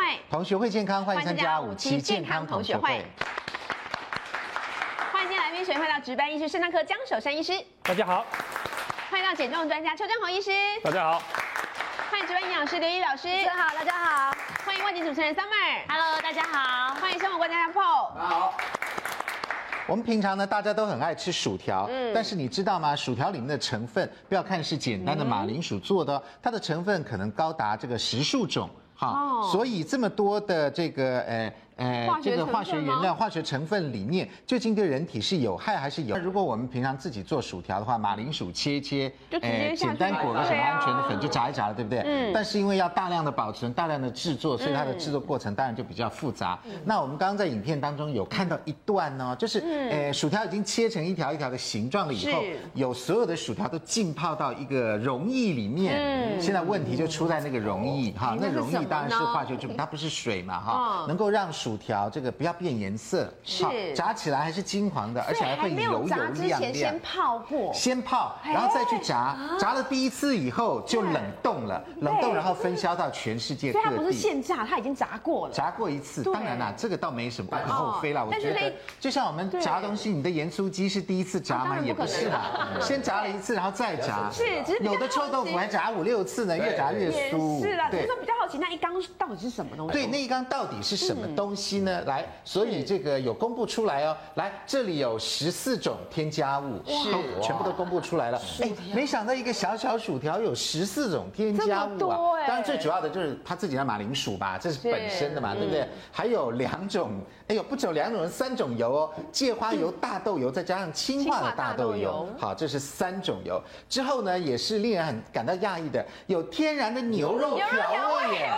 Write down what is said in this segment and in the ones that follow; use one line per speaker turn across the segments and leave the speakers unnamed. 爱，
同学会健康，欢迎参加五期
期
健康同学会。。
欢迎新来宾，学会到值班医师肾脏科江守山医师，
大家好，
欢迎到减重专家邱正宏医师，
大家好，
欢迎值班营养师刘怡老师，
主持人好，大家好
欢迎外景主持人 Summer，
哎，Hello，大家好，
欢迎生活观察家 Paul。
我们平常呢，大家都很爱吃薯条，
嗯
但是你知道吗？薯条里面的成分，不要看是简单的马铃薯做的哦，它的成分可能高达这个十数种。哈
哦，
所以这么多的这个呃呃
化学
这个化学
成分吗
原料、化学成分里面，究竟对人体是有害还是有？如果我们平常自己做薯条的话，马铃薯切一切，
就直接下
呃
去
简单裹个什
对
么
啊
安全的粉就炸一炸了，对不对？
嗯
但是因为要大量的保存、大量的制作，所以它的制作过程当然就比较复杂。
嗯
那我们刚刚在影片当中有看到一段呢、就是呃，薯条已经切成一条一条的形状了以后
嗯是，
有所有的薯条都浸泡到一个溶液里
嗯
面。现在问题就出在那个溶液
哎
哈，那溶液当然是化学制品，它不是水嘛哈
嗯，
能够让薯条这个不要变颜色，
是
哈炸起来还是金黄的，而且还会
没有
油油
炸之
亮
前
亮
先。泡过，
先泡，
哎
然后再去炸，
啊
炸了第一次以后就冷冻了，冷冻然后分销到全世界
所以它不
各
是
地。
现炸，它已经炸过了。
炸过一次，
对哦
当然啦，这个倒没什么无可厚非啦。我
但是
觉
那哦
得就像我们炸东西，你的盐酥鸡是第一次炸
当
吗？
然
也
不可
不
能
是啦， 先炸了一次，然后再炸。
是只是比较
有的臭豆腐还炸五六次呢，越炸越
也
酥。
是啦，只
对
是说比较好奇那一缸到底是什么东西。嗯
对，那一缸到底是什么东西呢？来，所以这个有公布出来哦。来，这里有十四种添加物，都全部都公布出来了。哎，没想到一个小小薯条有十四种添加
这么
物啊
多哎！
当然最主要的就是它自己的马铃薯吧，这是本身的
嗯
嘛，对不对？还有两种，哎呦，不只有两种，三种油哦，芥花油、大豆油，再加上氢化
氢
的
化
大
大豆
豆油
油。
好，这是三种油。之后呢，也是令人很感到讶异的，有天然的牛肉
牛肉
调
调味
味耶。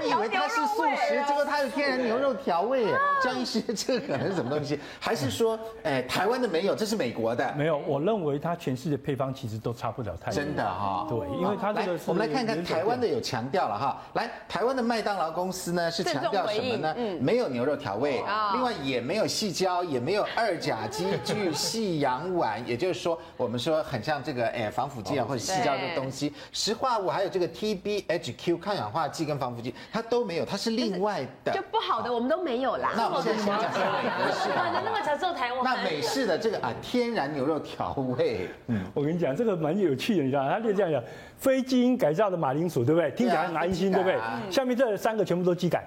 为什么
我以为它是素食，结果它有天然牛肉调味耶。张医师，这个可能是什么东西？还是说，哎，台湾的没有，这是美国的？
没有，我认为它全世界配方其实都差不了太多，
真的哈、
对，因为它这个
来
是
我们来看看台湾的有强调了哈。来，台湾的麦当劳公司呢是强调什么呢？
嗯
没有牛肉调味，
啊
另外也没有细椒，也没有二甲基聚 细氧烷，也就是说，我们说很像这个哎防腐剂啊或者细胶这东西，石化物还有这个 TBHQ 抗氧化剂跟防腐剂，它都没有，它是另外的。
就不好的我们都没有啦。
那我们现在想讲一下美国式
啊
的好不好
那么早只有台湾，
那美式的这个啊天然牛肉调味，嗯，
我跟你讲，这个蛮有趣的，你知道吗，它就这样讲，非基因改造的马铃薯，对不对？听起来很难心，
非基
对不
啊改
对
啊？
下面这三个全部都基改，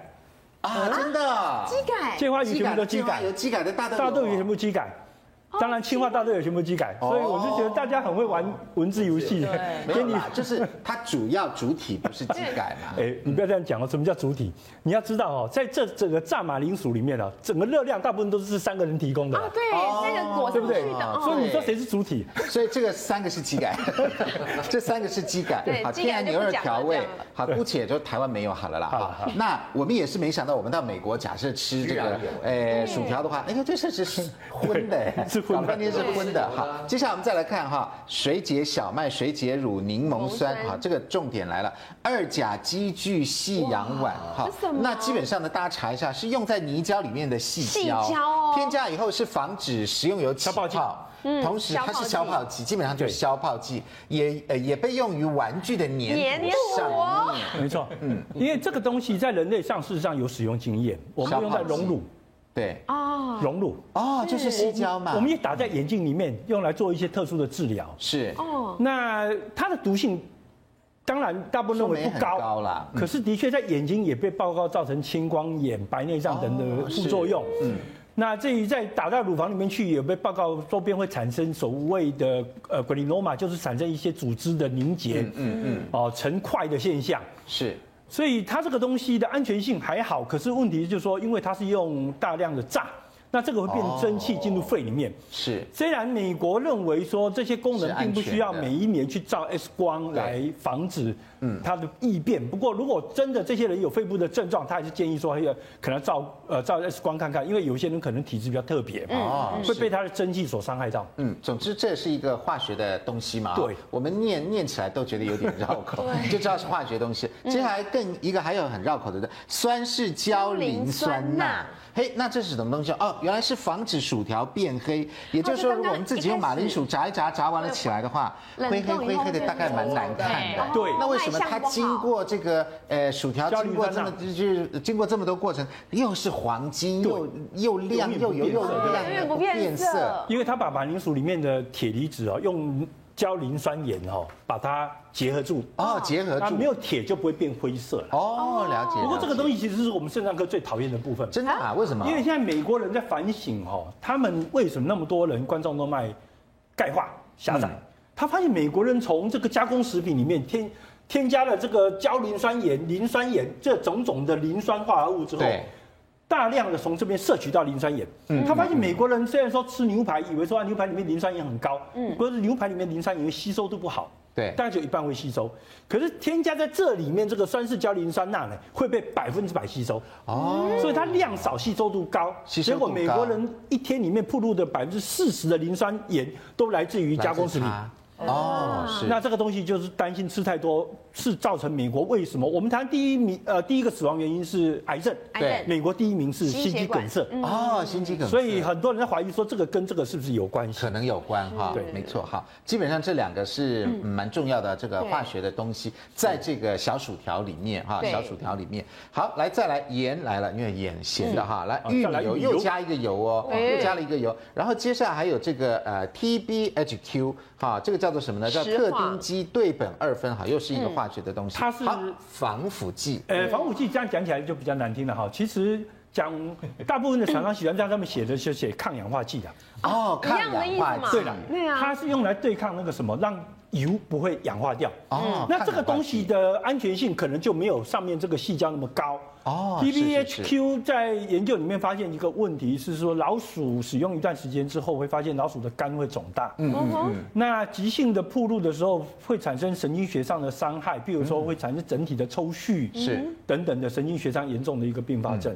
啊真的，
鸡改
芥花油
鸡
全
改
部都
的
基
鸡
改
改，有鸡改的大豆油
大豆油
哦
全部基改。当然，氢化大豆油全部基改，
哦
所以我就觉得大家很会玩文字游戏。
没有啦，就是它主要主体不是机改嘛。
哎，你不要这样讲哦。什么叫主体？你要知道哦，在这整个炸马铃薯里面哦，整个热量大部分都是三个人提供的，
啊，对，
哦
那个裹
对
上
不
去
对
的，？
所
哦
以你说谁是主体？
所以这个三个是机改， 这三个是机改
对。
好，
基改
天然牛肉调
就
味
不讲了，
好，姑且就台湾没有好了啦。
好了
好，那我们也是没想到，我们到美国假设吃这个呃薯条的话，哎呦，这是是荤的，
是荤的
搞半天是荤的。好，接下来我们再来看哈，水解小麦、水解乳、柠
柠檬，
檬酸
酸
好，这个重点来了，二甲基聚细氧烷，好
这什么，
那基本上呢，大家查一下，是用在泥胶里面的细
细
胶，
胶哦嗯
添加以后是防止食用油起
消泡剂
泡，同时它是
消
消
泡
泡剂，基本上就是消泡剂，也呃也被用于玩具的粘
粘
土哦上
土
面。
没错，嗯，因为这个东西在人类上事实上有使用经验，我们用在溶乳，
对，
哦，
溶乳，
哦，就是细胶嘛，
我们也打在眼镜里面，用来做一些特殊的治疗。
是
哦，
那它的毒性，当然大部分认
说
为
没
不
很
高，
高啦嗯
可是的确在眼睛也被报告造成青光眼、白内障等等
哦
的副作用。嗯。那至于在打到乳房里面去，也被报告周边会产生所谓的呃 granuloma，就是产生一些组织的凝结，嗯嗯，哦成块的现象。
是
所以它这个东西的安全性还好，可是问题就是说，因为它是用大量的炸，那这个会变成蒸汽进入肺里面。
是
虽然美国认为说这些功
是
能
安
并不需要
全的
每一年去照 X 光来防止它的异变，不过如果真的这些人有肺部的症状，他还是建议说要可能照呃照 X 光看看，因为有些人可能体质比较特别嘛，
哦
会被它的蒸汽所伤害到。
嗯，总之这是一个化学的东西嘛，
对
我们念念起来都觉得有点绕口，你 就知道是化学东西。
嗯
接下来更一个还有很绕口的，酸是焦磷酸钠，嘿，那这是什么东西？哦，原来是防止薯条变黑。也就是说，
哦就刚刚
如果我们自己用马铃薯炸一炸，炸完了起来的话，
冷
灰黑
冻以
灰
后
黑的
变
大概蛮难看的
成。
对
那为什么
卖
它
相不好
经过这个呃薯条
焦
经
虑
过
酸
这么
钠
就是经过这么多过程，又是黄金
对
又又亮
永远
又
不
油又
变色
亮
永
又
远不
不
变
变色
色。。
因为他把马铃薯里面的铁离子哦，用焦磷酸盐哦，把它结合住，
哦，结合
啊那
住
没有铁就不会变灰色了。
哦，了解。
不过这个
了解
东西其实是我们肾脏科最讨厌的部分，
真的啊？为什么？
因为现在美国人在反省哦，他们为什么那么多人冠状动脉钙化狭窄？
嗯
他发现美国人从这个加工食品里面添添加了这个焦磷酸盐、磷酸盐这种种的磷酸化合物之后，
对，
大量的从这边摄取到磷酸盐。
嗯
他发现美国人虽然说吃牛排，以为说啊牛排里面磷酸盐很高，嗯，可是牛排里面磷酸盐吸收度不好，
对
大概只有一半会吸收。可是添加在这里面这个酸式焦磷酸钠呢，会被百分之百吸收。
哦，
所以它量少，吸收度高。
吸收
结
度高
果美国人一天里面暴露的百分之四十的磷酸盐都来自于加工食品。
来自它。哦，是。
那这个东西就是担心吃太多是造成美国为什么我们台湾第一名呃第一个死亡原因是癌症，
癌
对
症
美国第一名是心肌梗塞，
哦，心肌梗塞，
所以很多人在怀疑说这个跟这个是不是有关系
可？能有关
嗯
哈，
对
没错哈。基本上这两个是蛮重要的这个化学的东西，在这个小薯条里面哈，
对
小薯条里面。好，来再来盐来了，因为盐咸
嗯
的哈，来
哦
玉
再来
米油
玉米油
又加一个油哦，
哎
又加了一个油。然后接下来还有这个呃 TBHQ 哈，这个叫做什么呢？叫
石
特
化
丁基对苯二酚哈，又是
嗯
一个化学的东西。
它是
好防腐剂。
呃，防腐剂这样讲起来就比较难听了哈。其实讲大部分的厂商喜欢让他们写的就写抗氧化剂啊的，
哦，
啊一
抗
样的
氧
意思
化
嘛
剂。
对了，
对啊
它是用来对抗那个什么，让油不会氧化掉。嗯
哦
那这个东西的安全性可能就没有上面这个细胶那么高。
哦是是是
PBHQ 在研究里面发现一个问题是说，老鼠使用一段时间之后，会发现老鼠的肝会肿大。嗯，
嗯哼，
那急性的暴露的时候，会产生神经学上的伤害，比如说会产生整体的抽搐，
嗯是嗯
等等的神经学上严重的一个并发症。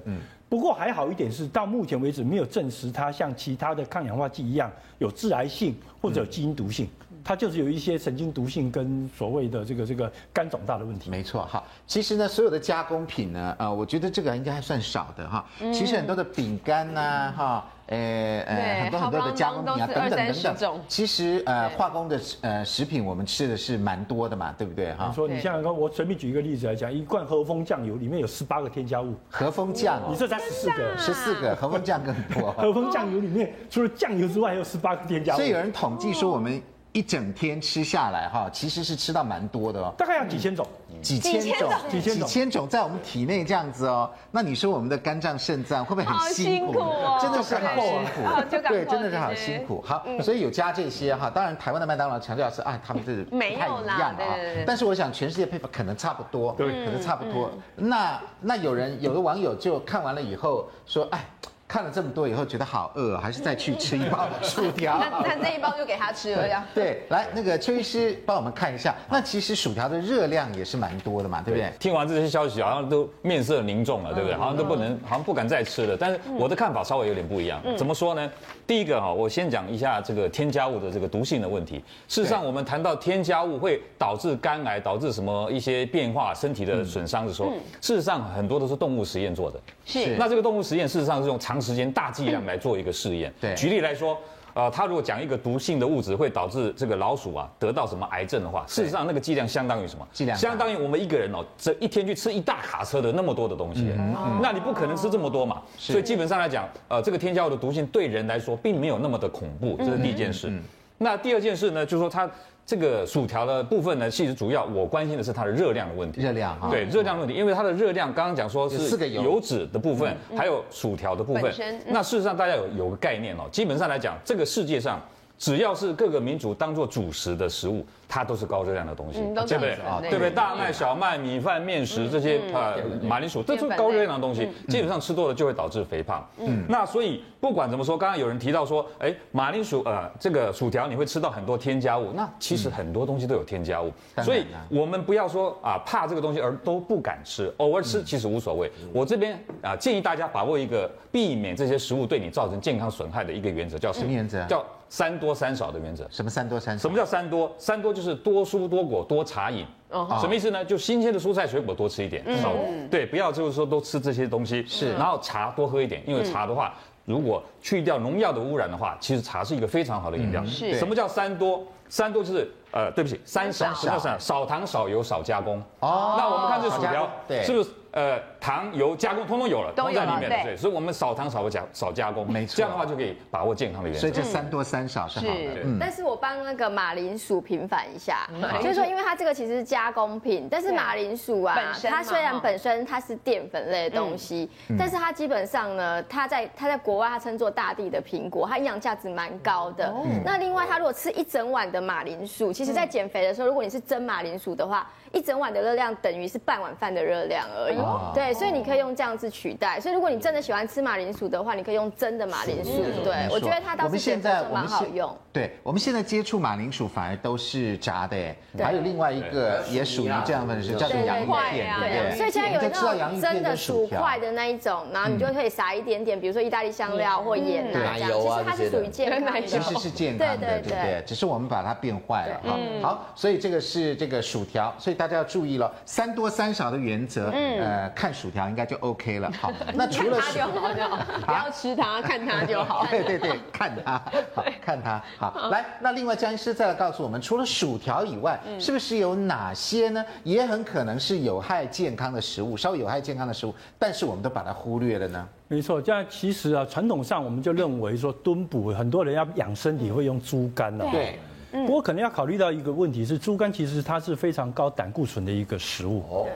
不过还好一点是，到目前为止没有证实它像其他的抗氧化剂一样有致癌性或者有基因毒性，
嗯
它就是有一些神经毒性跟所谓的这个这个肝肿大的问题。
没错哈，其实呢，所有的加工品呢，呃，我觉得这个应该还算少的哈。
嗯
其实很多的饼干呐，哈，呃呃，
对
很多很多的加工品啊，
好
等
棒棒
等
都是二三
等等
十种
其实呃，
对
化工的呃食品我们吃的是蛮多的嘛，对不对哈
你？说你
对
像我随便举一个例子来讲，一罐和风酱油里面有十八个添加物，
和风酱哦
你这才十四个。
十四
啊
个，和风酱更多。
和风酱油里面除了酱油之外，还有十八个 添加物
所以，有人统计说，我们一整天吃下来哈，其实是吃到蛮多的哦。
大概要几千种。
几千
几千
种
种，
几千种
在我们体内这样子哦。那你说我们的肝脏、肾脏会不会
好
很辛
辛
苦？
苦哦
真的是好辛苦，
就赶快嗯
对，真的是好辛苦。好，所以有加这些哈。当然，台湾的麦当劳强调是啊，他们这是不太
没
一
有
样
啦
啊
对对对。
但是我想，全世界配方可能差不多，
对
可能差不多。
嗯
那那有人有的网友就看完了以后说，哎。看了这么多以后，觉得好饿，还是再去吃一包薯条好
那
了。
那这一包就给他吃了呀。
对，来那个邱医师帮我们看一下，那其实薯条的热量也是蛮多的嘛，对不对？
听完这些消息，好像都面色凝重了，对不
嗯
对？好像都不能，好像不敢再吃了。但是我的看法稍微有点不一样。
嗯
怎么说呢？第一个哈，我先讲一下这个添加物的这个毒性的问题。事实上，
对
我们谈到添加物会导致肝癌、导致什么一些变化、身体
嗯
的损伤的时候，事实上很多都是动物实验做的。
是
那这个动物实验事实上是用长时间大剂量来做一个试验。
对
举例来说。呃，他如果讲一个毒性的物质会导致这个老鼠啊得到什么癌症的话，事实上那个剂量相当于什么？
剂量大
相当于我们一个人哦，这一天去吃一大卡车的那么多的东西，
嗯
那你不可能吃这么多嘛。所以基本上来讲，呃，这个添加物的毒性对人来说并没有那么的恐怖，
嗯
这是第一件事。那第二件事呢，就是说它这个薯条的部分呢，其实主要我关心的是它的热量的问题。
热量哈
对热量问题，因为它的热量刚刚讲说
有四个
是
油
油脂的部分，还有薯条的部分
本身嗯。
那事实上大家有有个概念哦，基本上来讲，这个世界上。只要是各个民族当做主食的食物，它都是高热量的东西，
嗯都
对不对
这样子？
对不
对
对？大麦、小麦、米饭、面食这些呃马铃薯，这都是高热量的东西，基本上吃多了就会导致肥胖。嗯，那所以不管怎么说，刚刚有人提到说，哎，马铃薯呃这个薯条你会吃到很多添加物，那其实很多东西都有添加物，
当然啦
所以我们不要说啊怕这个东西而都不敢吃，偶尔吃其实无所谓。我这边啊建议大家把握一个避免这些食物对你造成健康损害的一个原则，叫什
什
么
么原则
叫三多三少的原则。
啊什么三多三少
什么叫三多？三多就是多蔬多果多茶饮。
哦
什么意思呢？就新鲜的蔬菜水果
嗯
多
嗯
嗯
吃一点，少对，不要就是说都吃这些东西。是，然后茶多喝一点，因为茶的话。如果去掉农药的污染的话，其实茶是一个非常好的饮
嗯
料。
是
什么叫三多？三多就是呃，对不起，三少，
三少
什么叫三少？少糖、少油、少加工。
哦
那我们看这薯
少加
条
工，对
是不是呃糖、油、加工通通有了，
都有
在里
了
面的，
对
对，所以我们少糖、少加、少加工，
没错
这样的话就可以把握健康的原
所
则
以。这三多三少是好的
是。
嗯
但是我帮那个马铃薯平反一下，
嗯
就是说，因为它这个其实是加工品，但是马铃薯啊
本，身嘛嗯
它虽然本身它是淀粉类的东西，但是它基本上呢，它在它在国外它称作大地的苹果，它营养价值蛮高的。
哦
那另外，它如果吃一整碗的马铃薯，其实在减肥的时候，如果你是蒸马铃薯的话，
嗯
一整碗的热量等于是半碗饭的热量而已。
哦
对，所以你可以用这样子取代。所以如果你真的喜欢吃马铃薯的话，你可以用蒸的马铃薯。对
没，错
我觉得它
我
倒
们
是
现
减肥
在
的时
我
候蛮
们
好
现
用。
对，我们现在接触马铃薯反而都是炸的，哎，
对
还有另外一个也属于这样的，是叫做
对对啊
洋芋
对
片，
对
对不对？
所以现在有
我们都知道
那
洋芋
种
片
真的
薯
薯
条
块的那一种，然后你就可以撒一点点，比如说意大利香料或盐
嗯
啊这
奶
样，
油
其
啊
实它是属于健康的。
其实是健康的，
对对
对
嗯
不对
对？
只是我们把它变坏了哈。好，所以这个是这个薯条，所以大家要注意了，三多三少的原则，
嗯
呃，看薯条应该就 OK 了。 好，那除了啊薯
就好就好，不要吃它，看它就 好。
哎
对对对，看 它，好看它，好来。那另外，江医师再来告诉我们，除了薯条以外，
嗯
是不是有哪些呢？也很可能是有害健康的食物，稍微有害健康的食物，但是我们都把它忽略了呢？
没错，这样其实啊，传统上我们就认为说蹲补，很多人要养身体会用猪肝呢、啊。
对，
不过可能要考虑到一个问题是，猪肝其实它是非常高胆固醇的一个食物。哦。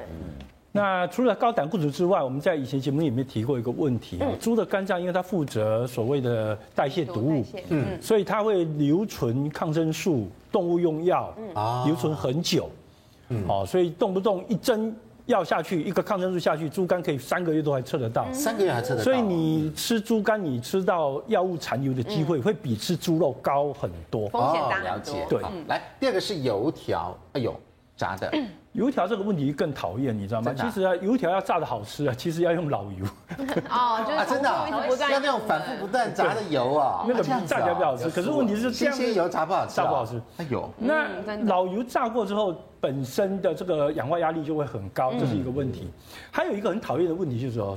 那除了高胆固醇之外，我们在以前节目里面提过一个问题，啊猪的肝脏因为它负责所谓的代谢毒物，嗯，所以它会留存抗生素、动物用药，留存很久，哦，所以动不动一针药下去，一个抗生素下去，猪肝可以三个月都还测得到。
三个月还
啊
测得到。
所以你吃猪肝，你吃到药物残留的机会会比吃猪肉高很多。
风险大
哦了
很
解
多。。嗯
对
好来，第二个是油条，哎呦，炸的，
油条这个问题更讨厌，你知道吗？
真的啊
其实啊，油条要炸的好吃啊，其实要用老油，
哦，就是
啊，真的啊
重复一直不断
要那种反复不断炸的油啊，
那个
啊这样子啊
炸起来比较好吃可是问题是这
新
样
鲜油炸不好吃啊，
炸不好吃
哎呦，
那老油炸过之后，本身的这个氧化压力就会很高，这是一个问题。还有一个很讨厌的问题就是说，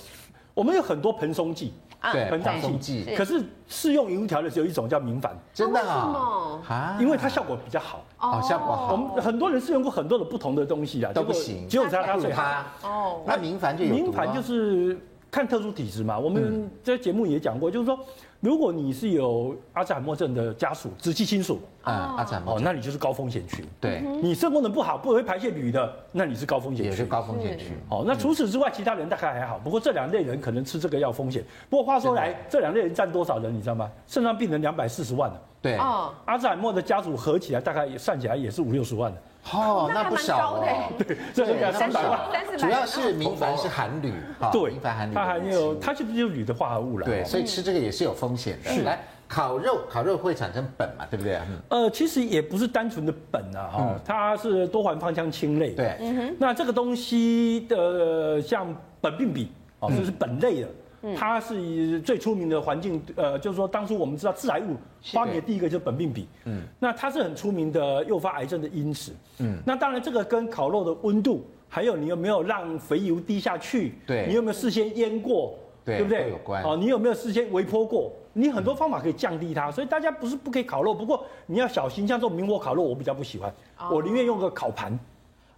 我们有很多蓬松剂，
啊
对，
膨
膨
胀
胀
剂，
哎剂，
可是适用油条的只有一种叫明矾，
真的
哦为什
啊
么，
啊
因为它效果比较好。
哦
好效果
我
好。
们很多人试用过很多的不同的东西啊，
都不
结果
行
只有它它
不
最好。
它
哦，
那明矾就有毒啊嗯
明矾就是看特殊体质嘛。我们在节目也讲过，就是说，如果你是有阿兹海默症的家属、直系亲属，
啊，嗯阿展
哦
伯，，
那你就是高风险群。
对，
你肾功能不好，不会排泄铝的，那你是高风险
也是
群。
高嗯风险区。
哦，那除此之外，其他人大概还好。不过这两类人可能吃这个要风险。不过话说来，这两类人占多少人，你知道吗？肾脏病人两百四十万呢、
对，
哦，
阿兹海默的家属合起来大概也算起来也是五六十万的，
哦，那不少
那还蛮
哦，
这应该
那
三
不
百万。
少
三四百
主要是明矾是啊含铝，哈
对
明矾含，铝的
它
东西，
含有它就是就是铝的化合物了。
对，
哦
所以吃这个也是有风险的。
是
来烤肉，烤肉会产生苯嘛，对不对？嗯
呃，其实也不是单纯的苯啊，哈、它是多环芳香烃类。
对，
那这个东西的呃像苯并比，
嗯
哦，就是苯类的。它是以最出名的环境，呃，就是说当初我们知道致癌物发明的第一个就是苯并比，嗯，那它是很出名的诱发癌症的因子，嗯，那当然这个跟烤肉的温度，还有你有没有让肥油滴下去，
对
你有没有事先腌过，
对
对不对？
都有关
哦，你有没有事先微波过？你很多方法可以降
嗯
低它，所以大家不是不可以烤肉，不过你要小心。像这种明火烤肉，我比较不喜欢，我宁愿用个烤盘。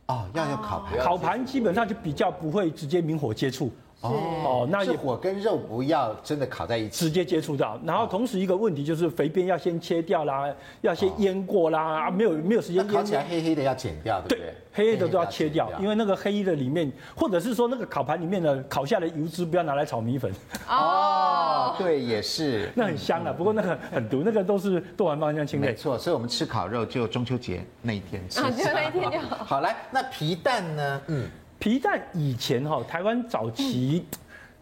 哦，要用烤盘，
烤盘基本上就比较不会直接明火接触。
哦
哦，那
是
也
火跟肉不要真的烤在一起。
直接接触到，然后同时一个问题就是肥边要先切掉啦，要先腌过啦，啊没有没有时
那
间
烤起来
腌。
黑黑的要剪掉，对不
对
对？，
黑的都要切掉，因
为
为那个黑的里面，或者是说那个烤盘里面的烤下的油脂不要拿来炒米粉，
哦，对，也是。
那很香啊。不过那个很毒，那个都是多环芳香烃
没
类。
错，所以我们吃烤肉就中秋节那一天
啊
吃。
就那一 天就好。
好来，那皮蛋呢？嗯，
皮蛋以前哈、台湾早期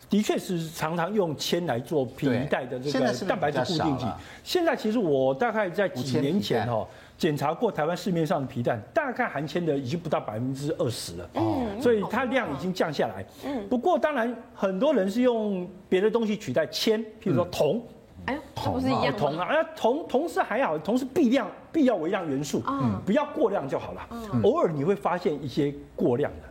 的确是常常用铅来做皮带的这
对现在是不是
个蛋白质固定
比较
剂
少了。
现在其实我大概在几年
无
前
铅皮
哈、检查过台湾市面上的皮蛋，大概含铅的已经不到百分之二十了。
哦
嗯，所以它量已经降下来。嗯，不过当然很多人是用别的东西取代铅，譬如说铜。
哎呦，这不是一样吗？
铜啊，那铜铜是还好，铜是必量必要微量元
啊嗯
素，不要过量就好了。偶尔你会发现一些过量的，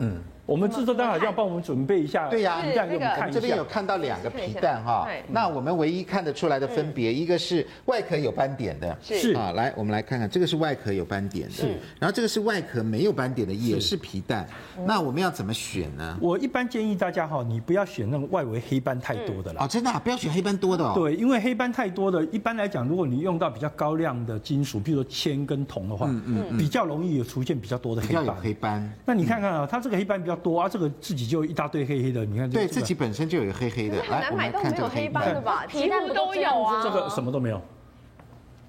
嗯，我们制作单好像帮我们准备一下，
对呀
鸡蛋给我们
我
看
们
一
这边
下
有。看到两个皮蛋哈
对，嗯
那我们唯一看得出来的分别，一个是外壳有斑点的，
是
啊，来我们来看看，这个是外壳有斑点的，是，然后这个是外壳没有斑点的，也是皮蛋，
嗯
那我们要怎么选呢？
我一般建议大家哈，你不要选那种外围黑斑太多的啦
哦，。真的啊不要选黑斑多的哦，
对，因为黑斑太多的，一般来讲，如果你用到比较高量的金属，比如说铅跟铜的话，比较容易有出现比较多的
嗯比
黑
较有
斑。
黑斑，
那你看看啊，它这个黑斑比较多啊，这个自己就一大堆黑黑的，你看这
对
个
自己本身就有黑黑的，
很
来
难
我们
买
来
到
看
没
这个
有
黑
黑
斑
斑的。吧？
皮
几
蛋
乎
不
都
都这
有
样
啊。
哦
子
这个什么都没有。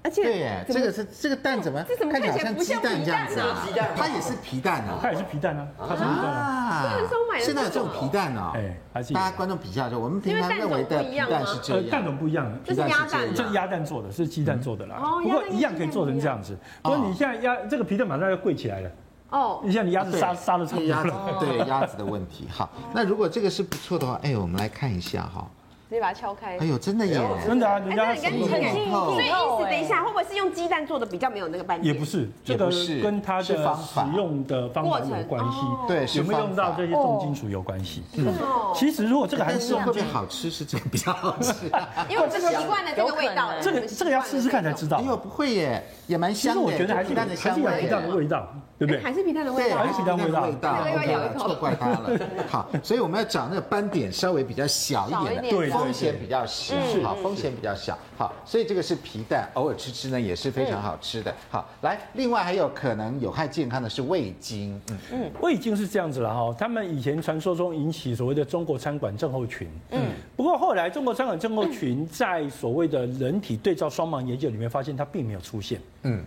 而且
对耶，这个是这个蛋怎么
这怎么
看起来
看起来
像
不
鸡
像
蛋
皮
这样子
蛋
啊
啊？
它也是皮蛋 啊。
它也是皮蛋啊，它是皮蛋啊。
啊
很少买的
现在有这种皮蛋哦，
哎还是有
大家观众比一下就，我们平常认为的皮蛋是这
呃，
样，
蛋种不一样的，
这是鸭蛋
这
啊，
鸭蛋做的，是鸡蛋做的啦。
哦
不
鸭
过
蛋跟
一样可以做成这样子。不过你现在鸭这个皮蛋马上要跪起来了，
哦，
你像你鸭子杀
对
杀的差不
哎
多
鸭子
了。
对鸭子的问题。好，那如果这个是不错的话，哎，我们来看一下哈，
直接把它敲开
哎。呦，真的耶，
真的啊，人家
哎这很干
有
净
点
很干净
厚
所以意思
哎
等一下，会不会是用鸡蛋做的比较没有那个斑
也
点？
不是，
也
这
不
个
是
跟它
是
的
方
使
法哦
用的方法
过程
有关系，
对是
有没有
方
用到
法
这些重金属有关系。嗯
哦，
其实如果这个还
但
是
是
用
会不会好吃是这个比较好 吃啊？
因为我们习惯了这个味道
有可能，
这个这个要试试看才知道
哎。呦，不会耶，也蛮
其
香
实
的耶，
我觉得还是
皮
有
蛋的
还
香
是有
味啊
皮
耶，
道的味道，对不对
哎。还是皮蛋的味
对，
道，
还是皮蛋味道
味道
对
，OK
要咬
了
一，口
错怪 他了。好，所以我们要找那个斑点稍微比较小一点
小一点
的，
的
风险比较小，好，
嗯
风险比较小，好，所以这个是皮蛋，偶尔吃吃呢也是非常好吃
嗯
的。好，来，另外还有可能有害健康的是味精，嗯，
味精是这样子了哈，他们以前传说中引起所谓的中国餐馆症候群，嗯，不过后来中国餐馆症候群在所谓的人体对照双盲研究里面发现它并没有出现，
嗯
嗯，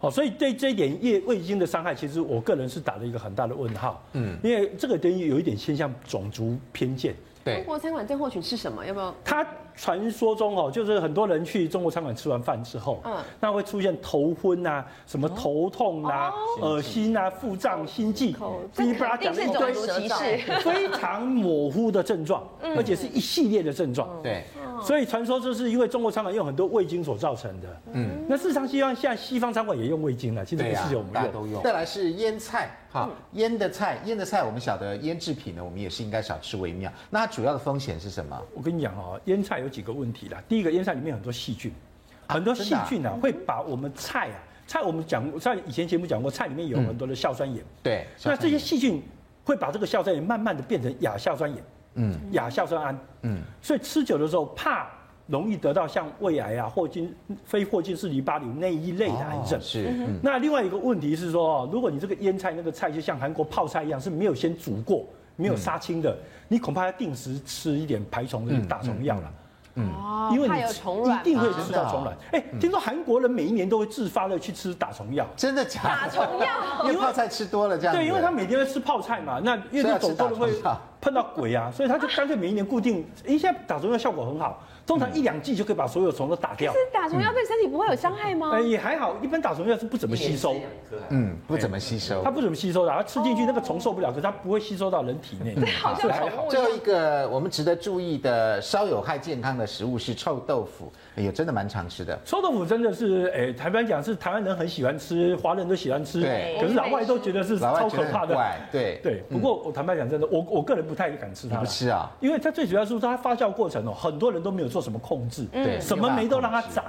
好，所以对这一点味味精的伤害，其实我个人是打了一个很大的问号，嗯，因为这个等于有一点偏向种族偏见，
中国餐馆症候群是什么？要不要？
它传说中哦，就是很多人去中国餐馆吃完饭之后，
嗯哦
嗯，那会出现头昏啊、什么头痛啊、恶心啊、腹胀、心悸，噼里啪啦讲
定是
一
种
堆
族歧视。嗯
非常模糊的症状，而且是一系列的症状。
对，
哦
所以传说这是因为中国餐馆用很多味精所造成的。嗯，那事实上，希望现在西方餐馆也用味精啊了，其实不
对呀
是我，
大家
们
都
用。
用。再来是腌菜，哈，
嗯
腌的菜，腌的菜我们晓得腌制品呢，我们也是应该少吃为妙。那它主要的风险是什么？
我跟你讲哦，腌菜有几个问题啦。第一个，腌菜里面有很多细菌，
啊
很多细
真
菌啊会把我们菜啊，菜我们讲过，在以前节目讲过，菜里面有很多的嗯硝酸盐，
对，
那这些细菌会把这个硝酸盐慢慢的变成亚硝酸盐，
嗯
嗯，亚硝酸胺，
嗯
嗯，所以吃久的时候怕容易得到像胃癌啊、霍金非霍金氏淋巴瘤那一类的癌症。
哦是，嗯
那另外一个问题是说，哦如果你这个腌菜那个菜就像韩国泡菜一样是没有先煮过、没有杀青
嗯
的，你恐怕要定时吃一点排虫的打虫药了。
嗯
哦
因为
怕
你
有
吃
虫
一
卵
定
嘛
会吃到
哦
虫卵。哎，听说韩国人每一年都会自发的去吃打虫药，
真的假
打
的？
虫药，
因为泡菜吃多了这样子，
对，因为他每天在吃泡菜嘛，那因为走多了会
所以要吃打虫药
碰到鬼啊，所以他就干脆每一年固定，一下打虫药效果很好，通常一两剂就可以把所有虫都打掉。
是打虫药对身体不会有伤害吗
哎，？也还好，一般打虫药是不怎么吸收，
嗯，不怎么吸收
它。不怎么吸收的，它吃进去那个虫受不了，可是它不会吸收到人体
哦
内。
好像宠物一
最
样
后一个我们值得注意的稍有害健康的食物是臭豆腐，哎呦，真的蛮常吃的。
臭豆腐真的是，哎，台湾讲是台湾人很喜欢吃，华人都喜欢吃
对，
可是老外都觉得是
老外
超
觉
可
得
怕
很
的。
怪，对嗯
对，不过我坦白讲，真的，我我个人不太敢吃
你
它
不
了，
吃啊？
因为它最主要是它发酵过程哦，很多人都没有做什么控制，
对
什么酶都让它长，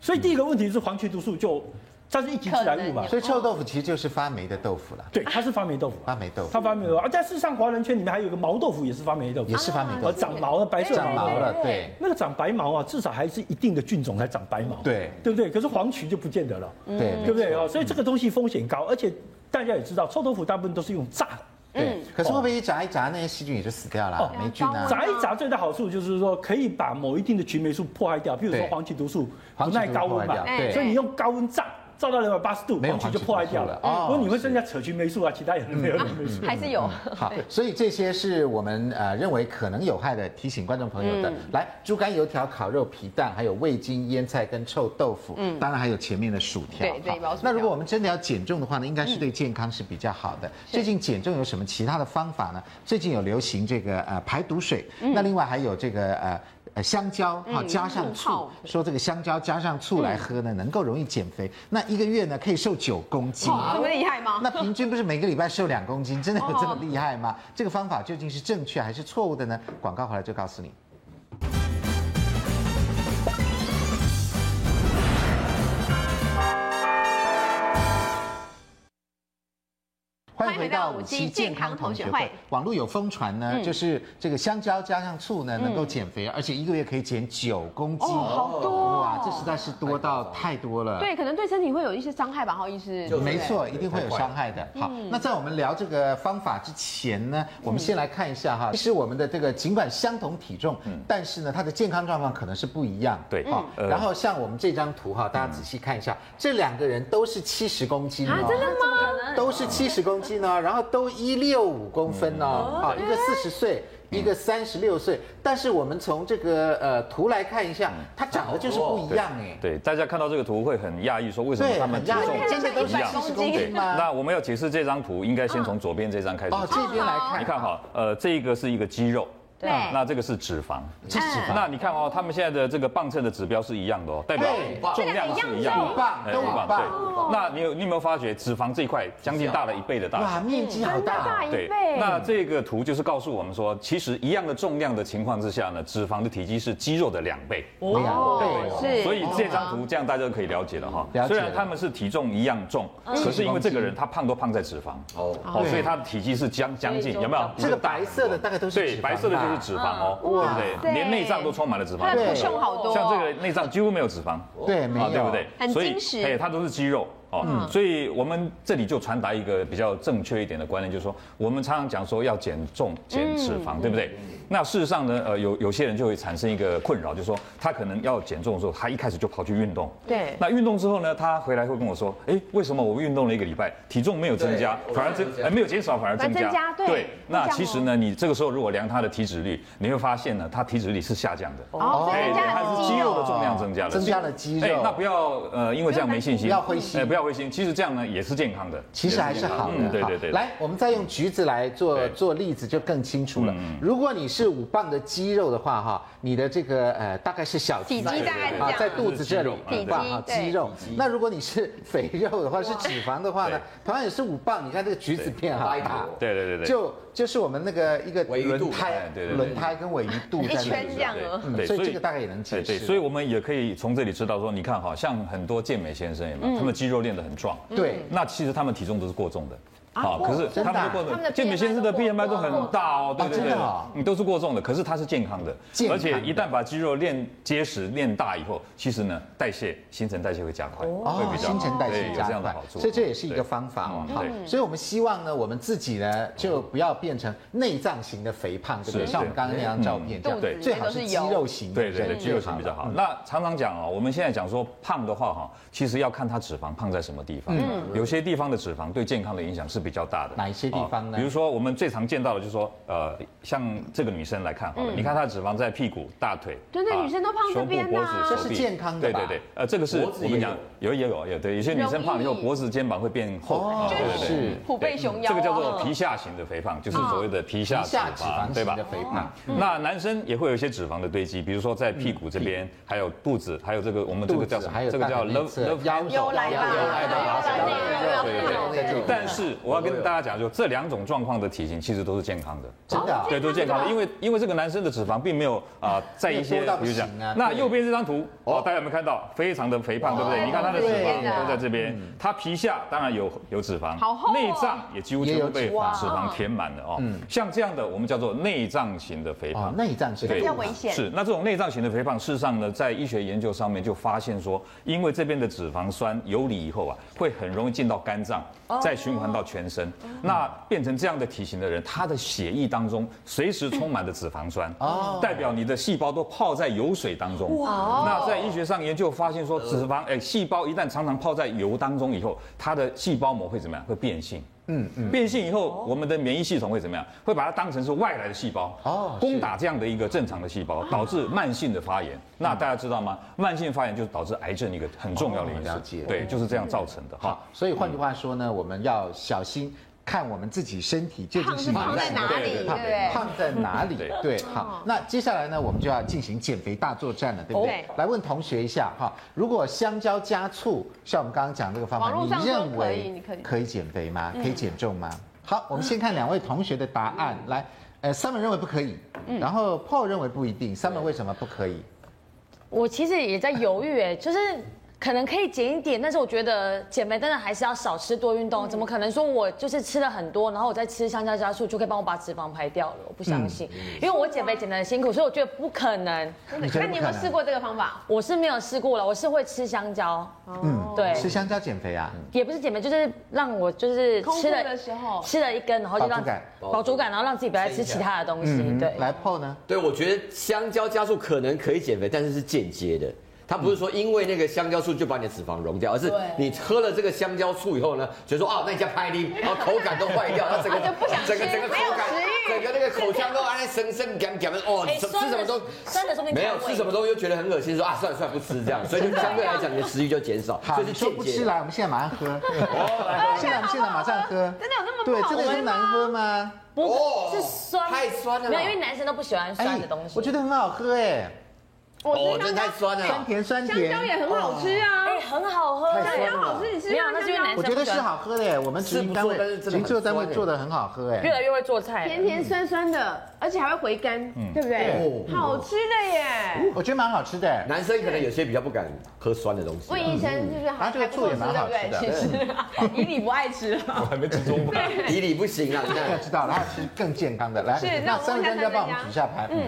所以第一个问题是黄曲毒素就它是一级致癌物嘛
所，以臭豆腐其实就是发霉的豆腐啦，
对，它是发霉豆腐，
发霉豆腐
它发霉豆腐啊，但事实上华人圈里面还有一个毛豆腐也是发霉豆腐，
也是发霉豆
呃
腐，
长毛的白色
长毛了，对
那个长白毛啊，至少还是一定的菌种才长白毛，
对嗯
对不对？可是黄曲就不见得了，
对
对不对哦？所以这个东西风险高，而且大家也知道，臭豆腐大部分都是用炸的。
对。可是会不会一炸一炸，那些细菌也就死掉了
哦，
霉菌啊？
炸一炸最大好处就是说，可以把某一定的曲霉素破坏掉，譬如说
对
黄曲毒素
黄
不
曲毒
耐高温
破坏
嘛
掉
对，
所以你用高温炸，炸到两百八十度，
没有
黄曲就破坏掉了
黄曲毒素了哦。嗯
不过你会增加扯曲霉素啊，其他也没有霉素。
还是有。
哦
嗯
好，所以这些是我们呃认为可能有害的，提醒观众朋友的。
嗯
来，猪肝油条、烤肉、皮蛋，还有味精、腌菜跟臭豆腐，嗯，当然还有前面的薯条。
对对
好
包薯条嗯
那如果我们真的要减重的话呢，应该是对健康是比较好的。最近减重有什么
嗯
其他的方法呢？最近有流行这个呃排毒水，那另外还有这个呃。呃香蕉哈，加上
醋嗯
醋
泡，
说这个香蕉加上醋来喝呢，能够容易减肥。那一个月呢可以瘦九公斤，
这么厉害吗？
那平均不是每个礼拜瘦两公斤，真的有这么厉害吗？这个方法究竟是正确还是错误的呢？广告回来就告诉你。欢迎回到五期健康同学会。嗯网络有疯传呢，就是这个香蕉加上醋呢，能够减肥，而且一个月可以减九公斤，
好多哦
哇，这实在是多到太多了。
对，可能对身体会有一些伤害吧，哈医师。对不对
没错，一定会有伤害的。好，那在我们聊这个方法之前呢，我们先来看一下哈，其实我们的这个尽管相同体重，但是呢，它的健康状况可能是不一样。
嗯对
好，
嗯呃嗯
然后像我们这张图哈，大家仔细看一下，这两个人都是七十公斤
啊，
哦
真的吗？
都是七十公斤哦呢，然后都一六五公分呢，
嗯
啊，一个四十岁。一个三十六岁，但是我们从这个呃图来看一下，它长得就是不一样哎。
嗯哦对，大家看到这个图会很讶异，说为什么
对
他们体
很讶异
重
真的都是
一样
70公斤
对
吗
那我们要解释这张图，应该先从左边这张开始
哦，
解释。
这边来看，
你看哈，呃，这个是一个肌肉，
对
那这个是脂肪。
这脂肪，
那你看哦，他们现在的这个磅秤的指标是一样的哦，代表
对
重量是一样的，
五磅
哎
都
五
五
磅
磅
对。那你有你有没有发觉脂肪这一块将近大了一倍的大啊小
哇，？面积好大哦。
对，那这个图就是告诉我们说，其实一样的重量的情况之下呢，脂肪的体积是肌肉的两倍。
哦，
对哦
是，
所以这张图这样大家就可以了解了哈
了解了。嗯
虽然他们是体重一样重，可是因为这个人他胖都胖在脂肪哦，好
对
所以他的体积是将将近，有没有？
这个白色的大概都是
对，
脂肪
白色的就是
吧
脂肪哦，对不对？连内脏都充满了脂肪
他，的
对
图胸好多哦，
像这个内脏几乎没有脂肪，
对没有
啊对不对？
很
所以
精实
哎，它都是肌肉
嗯
哦。所以我们这里就传达一个比较正确一点的观念，就是说我们常常讲说要减重、
嗯
减脂肪，对不对？那事实上呢，呃，有有些人就会产生一个困扰，就是说他可能要减重的时候，他一开始就跑去运动。
对
那运动之后呢，他回来会跟我说，哎，为什么我运动了一个礼拜，体重没有增加，反而增，哎，没有减少，反而增加。
反而增加对会
那
这样哦
其实呢，你这个时候如果量他的体脂率，你会发现呢，他体脂率是下降的。
哦，所以
哎，
增
对，
加
它
了
是肌肉的重量增加了，
增加了肌肉
哎，那不要呃，因为这样没信心，
不要灰心
哎不要灰心。其实这样呢也是健康的，
其实还是好的。
嗯对
哈
对对。
来，我们再用橘子来做
对嗯
做例子，就更清楚了。如果你是五磅的肌肉的话，哈，你的这个呃大概是小
体积大概是这
啊
样
在肚子这里
就是肌肉
五磅哈
体积对
肌肉。那如果你是肥肉的话，是脂肪的话呢
对，
同样也是五磅，你看这个橘子片好大。
对对对对，
就就是我们那个一个
尾鱼肚
轮胎
哎对对，对
轮胎跟尾鱼肚在那里
一圈这样
对
啊
嗯
对，
所以这个大概也能解
对对，
释
所以我们也可以从这里知道说，你看哈，像很多健美先生有没有，他们肌肉练得很壮，
对
那其实他们体重都是过重的。好，可是
真的
他
啊
们都过
他们的
重，健美先生的 BMI 都很大哦，对对
真
对
的啊，
你都是过重的，可是他是健康的
健，康
而
的
且一旦把肌肉练结实、练大以后，其实呢，代谢新陈代谢会加快，
哦
会，比较
新陈代谢
对有
加
这样的
快
好，处，
所以这也是一个
对
方法哦。
嗯
好，
对
所以我们希望呢，我们自己呢就不要变成内脏型的肥胖，对不对？
是
像我们刚刚那张照片这样，
嗯对
最好是肌肉型的，嗯
对对对，肌肉型比较好。那常常讲哦，我们现在讲说胖的话哈，其实要看它脂肪胖在什么地方。嗯有些地方的脂肪对健康的影响是比较大的。
哪一些地方呢
哦比如说我们最常见到的就是说，呃，像这个女生来看好了，你看她的脂肪在屁股、大腿，
对对
啊
女生都胖这
胸部、
边
脖
啊
子、
这
手
是
臂
健康的吧
对对对，呃，这个是
脖子也
我跟你讲，有也有有对，有些女生胖了以后
容易
脖子、肩膀会变厚，啊对对对
是
虎背熊腰啊
这个叫做皮下型的肥胖，就是所谓的皮下
皮下脂肪
对
型
吧
的？肥胖。
那男生也会有一些脂肪的堆积，比如说在屁股这边，还有肚子，还有这个我们
嗯
这
肚
个叫
子
什
还
么？
有
这个叫
大腿内
love
侧
love。
腰手
来吧
腰来吧腰来吧腰
对
来吧
对
腰来吧
但是我要跟大家讲，就这两种状况的体型其实都是健康的，
真的啊
对，都是健康的，因为因为这个男生的脂肪并没有啊在一
没
些
有多到，不
比如讲
行啊，
那
对哦
右边这张图哦，大家有没有看到？非常的肥胖，对不对？你看他的脂肪都在这边，他皮下当然有有脂肪
好厚，哦
内脏也几乎全部被
也有脂肪
脂肪填满了哦。像这样的我们叫做内脏型的肥
哦
胖，，
内脏是
对
比较危险。
是，那这种内脏型的肥胖，事实上呢，在医学研究上面就发现说，因为这边的脂肪酸游离以后啊，会很容易进到肝脏，
哦
再循环到全身。
嗯
那变成这样的体型的人，他的血液当中随时充满着脂肪酸，
哦
代表你的细胞都泡在油水当中。哇！那在医学上研究发现说，脂肪哎，细胞一旦常常泡在油当中以后，它的细胞膜会怎么样？会变性。嗯嗯，变性以后，我们的免疫系统会怎么样？会把它当成是外来的细胞
哦
哦，啊
是
攻打这样的一个正常的细胞，导致慢性的发炎。那大家知道吗？慢性发炎就是导致癌症一个很重要的因
哦了解
嗯素，对，就是这样造成的哈
好。，所以换句话说呢，我们要小心。看我们自己身体究竟是
胖是胖在哪
里对对
胖
对嗯
胖在哪里
对？
对，好，那接下来呢，我们就要进行减肥大作战了，对不对
哦？
来问同学一下哈，如果香蕉加醋，像我们刚刚讲这个方法，
网络上
你
说
认
可以
为
你可以嗯
可以减肥吗？可以减重吗？好，我们先看两位同学的答案，
嗯
来。呃，Summer 认为不可以，然后 Paul 认为不一定。Summer 为什么不可以？
我其实也在犹豫，哎，就是可能可以减一点，但是我觉得减肥真的还是要少吃多运
嗯
动。怎么可能说我就是吃了很多，然后我再吃香蕉加醋就可以帮我把脂肪排掉了？我不相信，
嗯
因为我减肥减得很辛苦，所以我觉得不可能。
你觉
那
得不
你有没
可
有
能
试？过这个方法？
我是没有试过了，我是会吃香蕉，
哦
嗯，
对
吃香蕉减肥啊？
嗯
也不是减肥，就是让我就是
空
吃
腹
了
的时候
吃了一根，然后就
饱
让
足感
饱足感，然后让自己不要再吃其他的东西。对，
嗯来 Paul 呢？
对，我觉得香蕉加醋可能可以减肥，但是是间接的。它不是说因为那个香蕉醋就把你的脂肪溶掉，而是你喝了这个香蕉醋以后呢，觉得说啊，那你家拍你，然后口感都坏掉，它整个
就不想吃
整个整个口感，整个那个口腔都哎生生感感哦，
哎
吃
酸
吃什
的
么都
酸的说明
没有
太
吃
味
什么东西就觉得很恶心，说啊算了算了不吃这样，所以就相对来讲你的食欲就减少，
好，
所以
你
是
说不
间接
吃
的。哦
来，我们现在马上喝。 现在我们现在马上喝。
真的有那么
对，
不好
真的有那么难喝吗？
不
哦
是酸，
太酸了
没有，因为男生都不喜欢酸的东西。
哎我觉得很好喝哎，
哦，真的太酸
酸
了。
甜酸
香蕉也
甜。
很好吃啊，
哎，很好喝，
太
香
酸
蕉好吃，你吃
没有，
看
那是因为
香
男
蕉
我
生
觉
不
得
喜
是
欢
好喝的哎，我们直营单位
是不错但是真
直
的很
营制作单位
酸哎
做的很好喝
越
哎。
来越会做菜。
甜甜酸酸的，而且还会回甘，对不对？好吃的耶！
我觉得蛮好吃的哎。
哦嗯男生可能有些比较不敢喝酸的东西。
问
啊
医生就是好，
然后这个醋也蛮好吃的
还不错吃对不对？其实 以你不爱吃
我还没集中吧。
以理不行啊，你看
我。知道，然后吃更健康的。来
是，那
那
我
三位
问一下三
专家
位
帮
专
我们
家
举一下牌。嗯，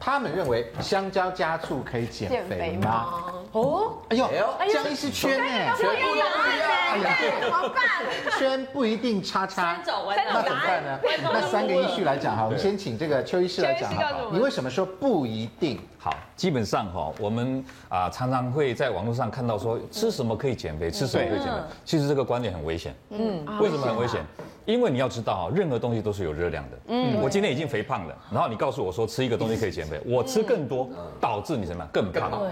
他们认为香蕉加醋可以减
减
肥
肥
吗？
吗？
哦，
哎呦
哎呦，
江医师圈哎，
全部都不一样。
哎呀，怎么办？圈不一定叉叉
三。种完
那
了
怎么办呢？那三个依序来讲哈，我们先请这个邱医师来讲
邱医师告诉
哈
我。们
你为什么说不一定？
好，基本上哈、我们啊、常常会在网络上看到说吃什么可以减肥，吃什么可以减肥
嗯。
其实这个观点很危险。嗯，为什么很危险？因为你要知道啊，任何东西都是有热量的。嗯，我今天已经肥胖了，然后你告诉我说吃一个东西可以减肥，我吃更多，导致你什么样嗯更胖？啊
对，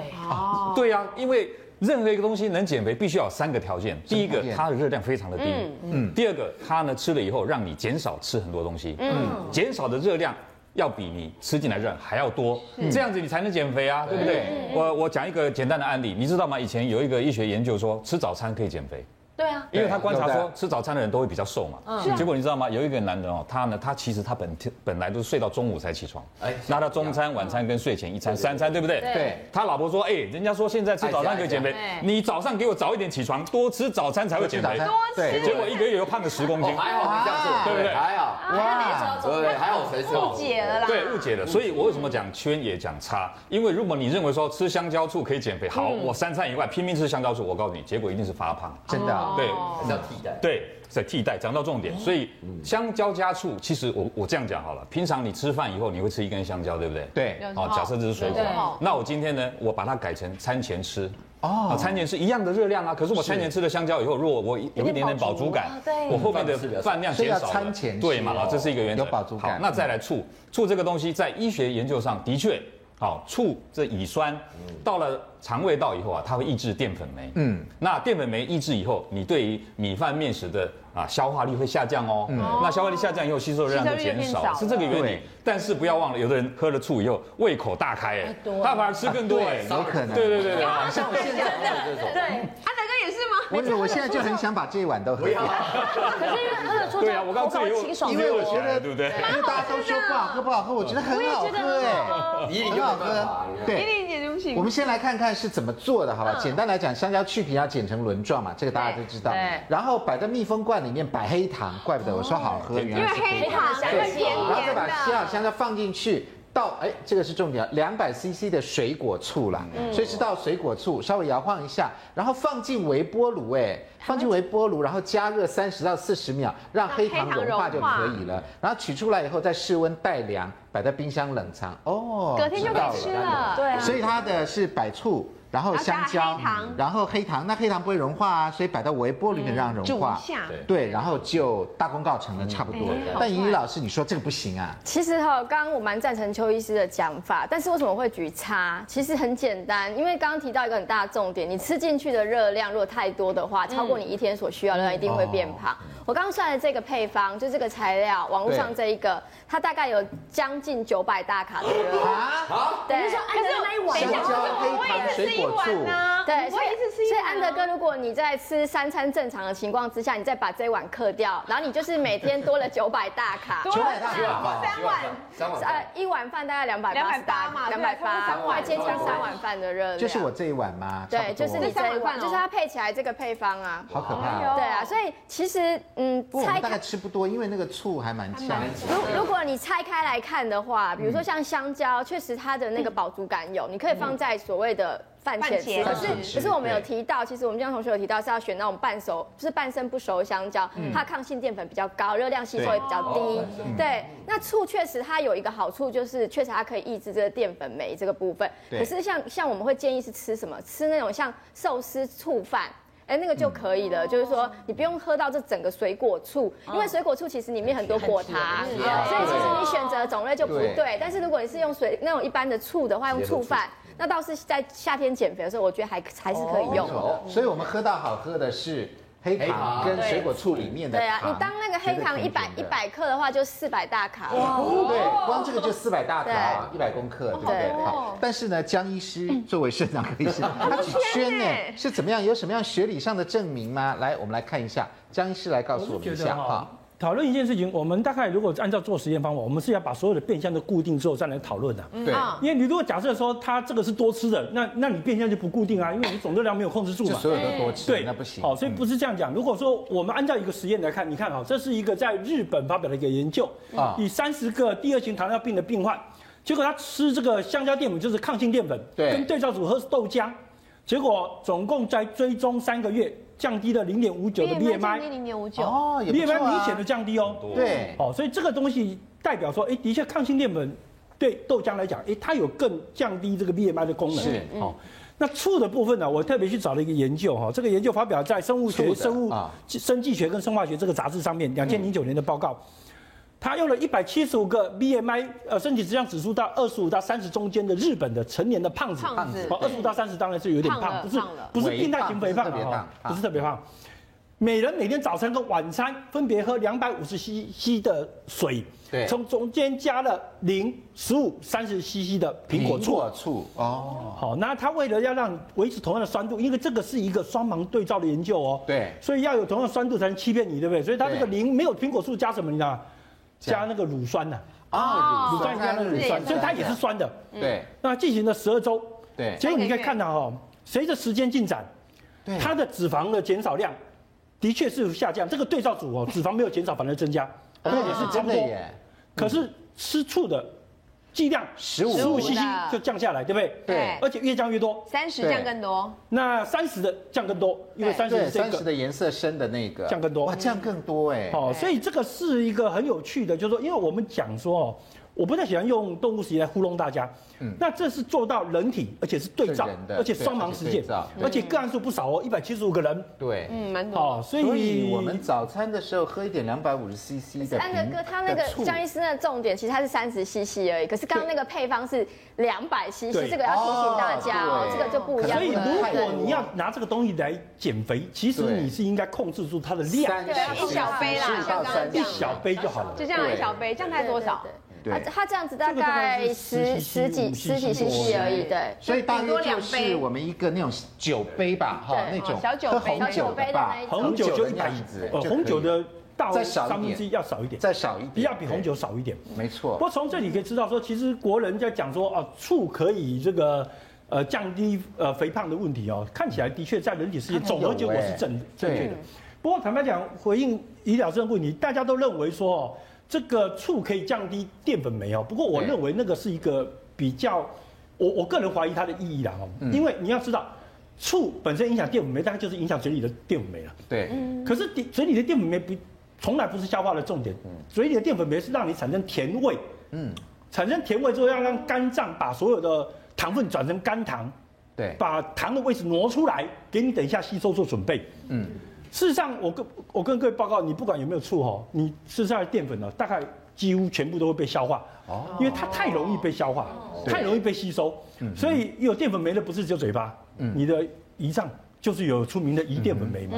对哦呀、因为任何一个东西能减肥，必须要有三个条件：第一
条
个
件，
它的热量非常的低；嗯，第二个，它呢吃了以后让你减少吃很多东西，嗯，减少的热量。要比你吃进来热量还要多，这样子你才能减肥啊，对不对？我我讲一个简单的案例，你知道吗？以前有一个医学研究说，吃早餐可以减肥，
对啊，
因为他观察
对有
说
的
吃早餐的人都会比较瘦嘛。啊结果你知道吗？有一个男人哦，他呢，他其实他本本来都是睡到中午才起床，
哎
那他中餐、晚餐跟睡前一餐、三餐，对不对？
对。
他老婆说：“哎、人家说现在吃早餐可以减肥
哎是啊是啊，
你早上给我早一点起床，多吃早餐才会减肥。”
对，
结果一个月又胖了十公
哦，
斤，
还好没这样做，
对不对
还好，哦
哇，
对不对？还好谁说
误解了啦。
对，误解了。所以我为什么讲圈也讲差？因为如果你认为说吃香蕉醋可以减肥，好，我三餐以外拼命吃香蕉醋，我告诉你，结果一定是发胖。
真的
哦
啊，
对
还是要替代。
对，在替代。讲到重点，所以香蕉加醋，其实我我这样讲好了，平常你吃饭以后你会吃一根香蕉，对不对？。
对，
哦，假设这是水果
有时候，
那我今天呢，我把它改成餐前吃。啊，
哦，
餐前是一样的热量啊，可是我餐前吃的香蕉以后，如果我有一点点饱足感
有点饱足啊对，
我后面的饭量减
所
少
以
了，
要餐前吃
对嘛？啊，这是一个原则。
有饱足感
好，那再来醋，醋这个东西在医学研究上的确，好，醋这乙酸
嗯
到了肠胃道以后啊，它会抑制淀粉酶。嗯，那淀粉酶抑制以后，你对于米饭面食的啊消化率会下降哦。
嗯
那消化率下降以后，吸收热量就减
吸收率就变
少
少
了，
了
是这个原理
对。
但是不要忘了，有的人喝了醋以后胃口大开，哎，他反而吃更多，哎，
对有可能
对对对对。
啊
啊
好像我现在，
对，
阿德哥也是吗？
我我现在就很想把这一碗都喝掉，
可是因为喝了醋
对啊，我刚刚这里
口
又
感清爽
因
多
为
又
我
起
觉
来
得
了，对不对？
因为大家都说不好喝不好喝，我觉得很好喝哎，
以你
很
就没
好
办法
喝，，
对，
一
对。
定嗯姐就不行
我。们先来看看是怎么做的，好吧？简单来讲，香蕉去皮要剪成轮状嘛，这个大家都知道
对对。
然后摆在密封罐里面，摆黑糖，怪不得我说好喝，
因
原
为
来是
黑糖才会甜
然后再
甜
把西
的
洋，香蕉放进去，倒哎，这个是重点，两百 CC 的水果醋啦，
嗯
所以是倒水果醋，稍微摇晃一下，然后放进微波炉，哎，放进微波炉，然后加热三十到四十秒，让黑糖融化就可以了。然后取出来以后，再室温待凉，摆在冰箱冷藏。哦，
隔天就可以吃
知道
了。
对啊
所以它的是摆醋，然后香
然
蕉
后加黑糖，
然后黑糖，那黑糖不会融化啊，所以摆到微波炉里面让它融
煮
化
一。下，
对，嗯然后就大功告成了，差不多
哎。好
但怡怡
快
老师，你说这个不行啊？
其实哈，刚刚我蛮赞成邱医师的讲法，但是为什么会举叉？其实很简单，因为刚刚提到一个很大的重点，你吃进去的热量如果太多的话，超过你一天所需要的热量，一定会变胖。我刚刚算的这个配方，就这个材料，网络上这一个，它大概有将近九百大卡的 热量。
啊，
对，
可是那一碗
香蕉黑糖水果醋，
对，所
我
以
也是吃一
所以
碗啊
安德哥，如果你在吃三餐正常的情况之下，你再把这一碗克掉，然后你就是每天多了九百大 卡。
九百大卡，
三碗，
三
呃
碗饭，，
一碗饭大概两百八十
280
大
嘛
两
对
百
差不多
八
三，碗
快接近三碗饭的热量。
就是我这一碗吗？差
对，
不多
就是你
这
这
三
一
碗饭
碗，
哦
就是它配起来这个配方啊。
好可怕。哦
对啊，所以其实嗯，
不过我
拆
们大概
开。
吃不多，因为那个醋还蛮呛的。
如如果你拆开来看的话，比如说像香蕉，确实它的那个饱足感有，你可以放在所谓的饭前吃。
饭
可
前
是
饭前吃
可是我们有提到，其实我们江同学有提到是要选那种半熟，就是半生不熟的香蕉，它抗性淀粉比较高，热量吸收也比较低。对，那醋确实它有一个好处，就是确实它可以抑制这个淀粉酶这个部分。
对
可是像像我们会建议是吃什么？吃那种像寿司醋饭。哎，那个就可以了，就是说你不用喝到这整个水果醋，因为水果醋其实里面哦很多啊果糖，哦所以其实你选择种类就不
对
对。但是如果你是用水那种一般的醋的话，用醋饭，那倒是在夏天减肥的时候，我觉得还还是可以用。
所以我们喝到好喝的是黑
黑
糖
糖
跟水果醋里面的
对啊
糖。，
你当那个黑糖一百
绝对甜
一
甜的
百克的话，就四百大卡了。
对，光这个就四百大卡，一百公克，对不对？好，但是呢，江医师作为肾脏科 医师，他举圈呢是怎么样？有什么样学理上的证明吗？来，我们来看一下，江医师来告诉我们一下哈。
哦讨论一件事情，我们大概如果按照做实验方法，我们是要把所有的变相都固定之后再来讨论的。啊
对，
嗯
因为你如果假设说它这个是多吃的，那那你变相就不固定啊，因为你总热量没有控制住
就
嘛。
所有都多吃，
对，
那不行。嗯
好，所以不是这样讲。如果说我们按照一个实验来看，你看啊，这是一个在日本发表的一个研究
啊，
以三十个第二型糖尿病的病患，结果他吃这个香蕉淀粉，就是抗性淀粉，
对
跟对照组喝豆浆，结果总共在追踪三个月，降低了零点五九的 BMI，
零点五九，
哦，也不错
BMI
啊
明显的降低哦。
对，
哦，所以这个东西代表说，哎，的确抗性淀粉对豆浆来讲，哎，它有更降低这个 BMI 的功能。
是，
嗯
哦。那醋的部分呢，我特别去找了一个研究哈、这个研究发表在《生物
醋
学、
的
生物
啊
生技学跟生化学》这个杂志上面，两千零九年的报告。
嗯
他用了一百七十五个 BMI 呃身体质量指数到二十五到三十中间的日本的成年的胖子，
胖子
哦，二十五到三十当然是有点
胖
胖，
了
不是
胖了
不是
微
病态
胖
型
不
肥
是
胖
特别
啊，
胖
哦不是特别胖。每人每天早餐跟晚餐分别喝两百五十 CC 的水，
对
从中间加了零、十五、三十 CC 的苹果醋。
醋哦，
好，那它为了要让维持同样的酸度，因为这个是一个双盲对照的研究哦，
对
所以要有同样的酸度才能欺骗你，对不对？所以它这
对
个零没有苹果醋加什么，你知道吗？加那个乳酸呐、
啊，乳酸
加那
甘
个乳
乳
酸，
酸，
所以它也是酸的。
对
那进行了十二周，
对
结果你可以看到哦，随着时间进展，
对，
它的脂肪的减少量的确是有下降。这个对照 组哦，脂肪没有减少，反而增加，
对
而且
是
是差
啊哦真
不
的
多。
耶，嗯
可是吃醋的剂量
15
十五
15
cc
的
就降下来，对不对？
对
而且越降越多。
三十
对
降更多，
那三十的降更多，因为三十
对，
是这
三十
个。
的颜色深的那个
酱更多
哇，酱更多哎，
哦，所以这个是一个很有趣的，就是说，因为我们讲说哦，我不太喜欢用动物实验来糊弄大家。嗯，那这是做到人体，而且是对照
是人，的
而且双
对而
盲
且
实践
对照，
而且个案数不少哦，一百七十五个人。
对，
嗯，蛮多。
哦，所
所
以
以我们早餐的时候喝一点两百五十 CC 的
安
苹
德哥，他那个
的醋
江医师的重点其实它是三十 CC 而已，可是刚刚那个配方是两百 CC，
对
这个要提醒大家哦
哦，
这个就不一样
所以，
了。
如
对
果你要拿这个东西来减肥，其实
对
你是应该控制住它的量，
对一小杯啦
15到
像刚刚
30
一小杯就好了
就。这样一小杯，这样才多少？
对
它它这样子大概十十几十几 cc 而已，对。
所以大
顶多
约就
两
是
杯
我们一个那种酒杯吧，哈，
对
那种
哦小酒
喝
杯
红
小
酒
酒杯
的
的
吧
那一，种
红酒就一
的
百
样子，
呃，
就
红
可
酒
以
的到
再少一
三分
点
之一要少一点，
再少一
不
点，
要比红酒少一点。
对，没错
不。过从这里可以知道说，其实国人在讲说哦，醋可以这个呃降低呃肥胖的问题哦，看起来的确在人体试验总和结果是正
对
正确的。不过坦白讲，回应医疗这个问题，大家都认为说哦，这个醋可以降低淀粉酶哦。不过我
对
认为那个是一个比较，我我个人怀疑它的意义啦哦，因为你要知道。醋本身影响淀粉酶，大概就是影响嘴里的淀粉酶了。
对，
嗯
可是底嘴里的淀粉酶不从来不是消化的重点，嘴里的淀粉酶是让你产生甜味，
嗯，
产生甜味之后要让肝脏把所有的糖分转成肝糖，
对，
把糖的位置挪出来，给你等一下吸收做准备。
嗯，
事实上，我跟我跟各位报告，你不管有没有醋哦，你吃下的淀粉呢，哦大概几乎全部都会被消化，哦，因为它太容易被消化，
嗯
太容易被吸收，所以有淀粉酶的不是只有嘴巴，你的胰脏、就是有出名的胰淀粉酶嘛，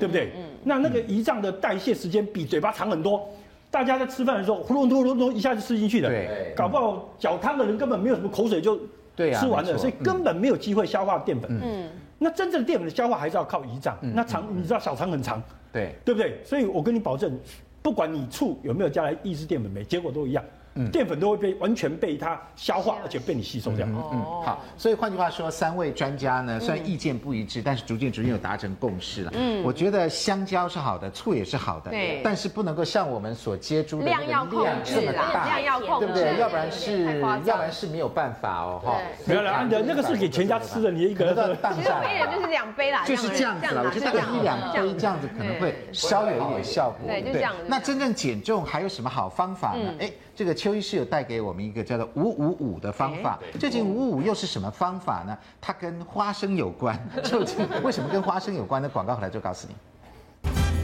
对不对？那那个胰脏的代谢时间比嘴巴长很多。大家在吃饭的时候，呼隆咚隆咚一下就吃进去了，
对
搞不好搅汤的人根本没有什么口水就
对啊
吃完
没
了，
错
所以根本没有机会消化淀粉。嗯，那真正的淀粉的消化还是要靠胰脏。
嗯
那肠你知道小肠很长，
对，
对不对？所以我跟你保证，不管你醋有没有加来抑制淀粉酶，结果都一样，
嗯
淀粉都会被完全被它消化，而且被你吸收掉。
嗯，
哦
好，所以换句话说，三位专家
嗯
呢，虽然意见不一致，但是逐渐逐渐有达成共识了。嗯，我觉得香蕉是好的，醋也是好的，
对
但是不能够像我们所接触的那个
量要控制
这么
啦，
大
量，要控
对
制，
不对？要不然是
太夸张
要不然是没有办法哦，哈。
不要了，那个是给全家吃的，你一
可
个
能
人
到当
喝。
其实
下
我一人就是两杯啦，
就是这样子了，我觉得大概一两杯这样子可能会稍有一点效果。
对就这样子
那真正减重还有什么好方法呢？哎，这个邱医师有带给我们一个叫做五五五的方法，究竟五五又是什么方法呢？它跟花生有关， 究竟为什么跟花生有关呢？广告回来就告诉你。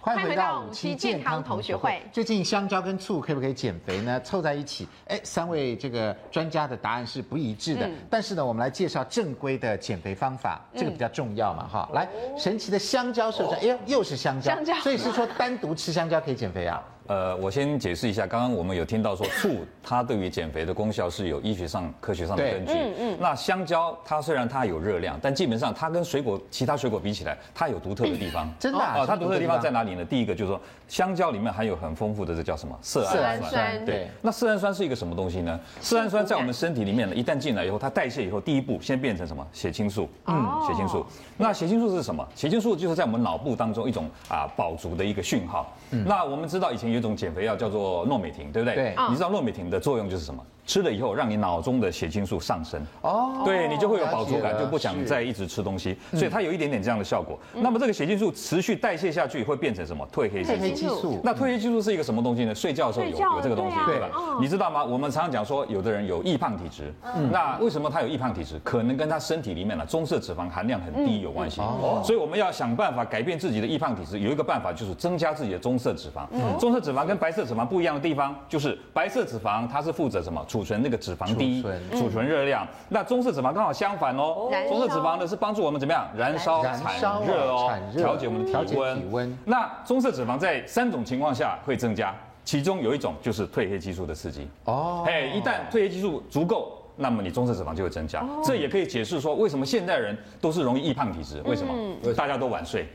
欢迎回到五期健康同学会。最近香蕉跟醋可不可以减肥呢？凑在一起，哎，三位这个专家的答案是不一致的。但是呢，我们来介绍正规的减肥方法，这个比较重要嘛，哈。来，神奇的香蕉是不是？哎呦，又是哦香蕉，
香蕉
所以是说单独吃香蕉可以减肥啊？
呃，我先解释一下，刚刚我们有听到说醋它对于减肥的功效是有医学上、科学上的
对
根据。嗯嗯。那香蕉它虽然它有热量，但基本上它跟水果其他水果比起来，它有独特的地方。
真的啊
哦，它
什么
独特的地方在哪里呢？第一个就是说，香蕉里面含有很丰富的这叫什么色
色
氨
氨
酸。
酸
对
对。
那色氨酸是一个什么东西呢？色氨酸在我们身体里面呢，一旦进来以后，它代谢以后，第一步先变成什么？血清素。嗯，血清素。那血清素是什么？血清素就是在我们脑部当中一种啊饱足的一个讯号。那我们知道以前有一种减肥药叫做诺美婷，对不嗯对？
对
你知道诺美婷的作用就是什么？吃了以后，让你脑中的血清素上升。
哦，
对你就会有饱足
了
感，
解
就不想
是
再一直吃东西，所以它有一点点这样的效果。那么这个血清素持续代谢下去，会变成什么？褪黑
褪黑
激
激
素。
素。
那褪黑激素是一个什么东西呢？睡觉的时候有
睡觉
有这个东西，
对啊
对吧？你知道吗？我们常常讲说，有的人有易胖体质，
嗯
那为什么他有易胖体质？可能跟他身体里面的棕色脂肪含量很低有关
嗯
系。
哦
所以我们要想办法改变自己的易胖体质，有一个办法就是增加自己的棕色脂
嗯
肪。棕色脂肪跟白色脂肪不一样的地方，就是白色脂肪它是负责什么？储存那个脂肪滴
储存，
储存热量。那棕色脂肪刚好相反哦
燃，烧
棕色脂肪呢是帮助我们怎么样燃烧、
燃
产
烧啊
热哦
产，热
调节我们的
调
体
节
温。
体温
那棕色脂肪在三种情况下会增加，其中有一种就是褪黑激素的刺激。
哦
哦，哎，一旦褪黑激素足够。那么你棕色脂肪就会增加，这也可以解释说为什么现代人都是容易易胖体质，为什么？大家都晚睡，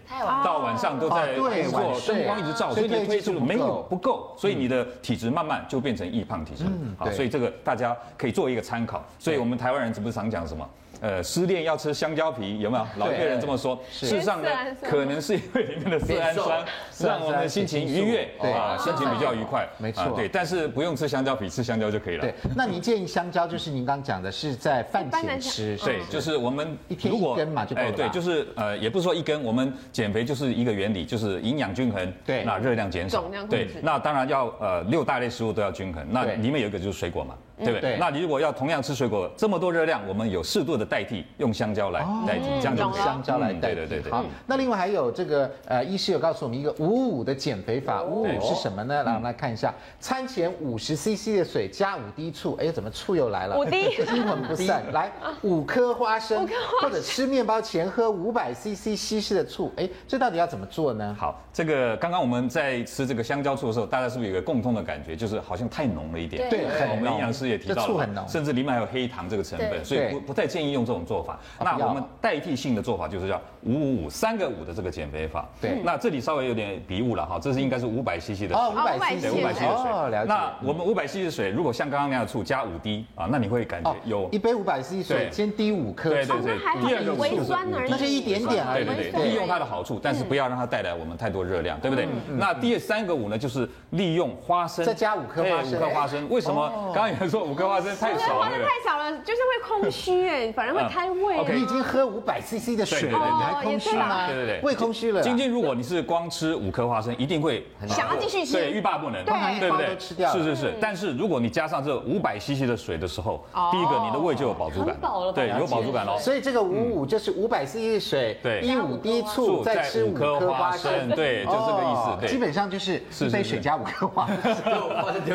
到嗯晚上都在
哦对
工
晚
作，
睡
灯光一直照，
所
所
以
以你
褪黑
的
激
黑
素不
激素
够嗯
没有不够，所以你的体质慢慢就变成易胖体质。好，
对
所以这个大家可以做一个参考。所以我们台湾人是不是常讲什么？呃，失恋要吃香蕉皮，有没有？老一辈人这么说。事实上呢
吃色氨，酸
可能是因为里面的色氨酸
色氨酸
让我们心情愉悦
对
啊，心情比较愉快。
没错
啊对，但是不用吃香蕉皮，吃香蕉就可以了
对。，那您建议香蕉就是您刚讲的是在饭
般的
前吃，
对，就是我们
哦一天一根嘛就够了吧
对，就是呃，也不是说一根，我们减肥就是一个原理，就是营养均衡，
对
那热量减少
总量，控
对
制，
那当然要呃六大类食物都要均衡，那
对
里面有一个就是水果嘛，对不
嗯对
对？那你如果要同样吃水果，这么多热量，我们有适度的代替，用香蕉来代替，这样就
哦用
可以了
香蕉来代替。
嗯对对对对
好，那另外还有这个呃，医师有告诉我们一个五五的减肥法，五五是什么
嗯
呢？来，我们来看一下，餐前五十 CC 的水加五滴醋，哎，怎么醋又来了？
五 滴
阴魂不散。来，五颗花生，或者吃面包前喝五百 CC 稀释的醋，哎，这到底要怎么做呢？
好，这个刚刚我们在吃这个香蕉醋的时候，大家是不是有一个共通的感觉，就是好像太浓了一点？
对很
我们
浓
营养师也提到
这醋
了
很浓
嘛，甚至里面还有黑糖这个成
对
分，所以
对
不不太建议用这种做法。
啊
那
不要
我们代替性的做法就是叫五五五三个五的这个减肥法。
对
那这里稍微有点笔误了哈，这是应该是五百 CC 的水。
哦，五百
500
CC
对，
500
五百 cc 的水。
哦，了解。
那我们五百 cc 的水，如果像刚刚那样的醋加五滴啊，那你会感觉
哦，
有
一杯五百 CC 水，
对
先滴五颗
对
醋
对，
那还
对，
好
第二个
微
醋是
酸而已
那是一点点而
对
已。
对
对
对，利用它的好处，但是不要让它带来我们太多热量，对不对？那第三个五呢，就是利用花生，
再加五颗花生
哎五颗花生。为什么？刚刚有人错，五颗花生太
我觉得
少
花
了
的。太少了，就是会空虚哎，反而会开胃。
你已经喝五百 CC 的水了，
对对对
你还空虚吗？
对对对
胃空虚了啊。
晶晶，如果你是光吃五颗花生，一定会
想要继续吃
对，欲罢不能，
对
对不
把它
对？
都吃掉了
是是是。但是如果你加上这五百 CC 的水的时候，第一个你的胃就有饱足感
很，饱了吧
对，
了解
有饱足感喽。
所以这个五五就是五百 CC 的水，
嗯对
一五滴醋，再吃五颗花生，
对，就这个意思
哦，
对。
基本上就是一
是
杯
是
水加五颗花 生。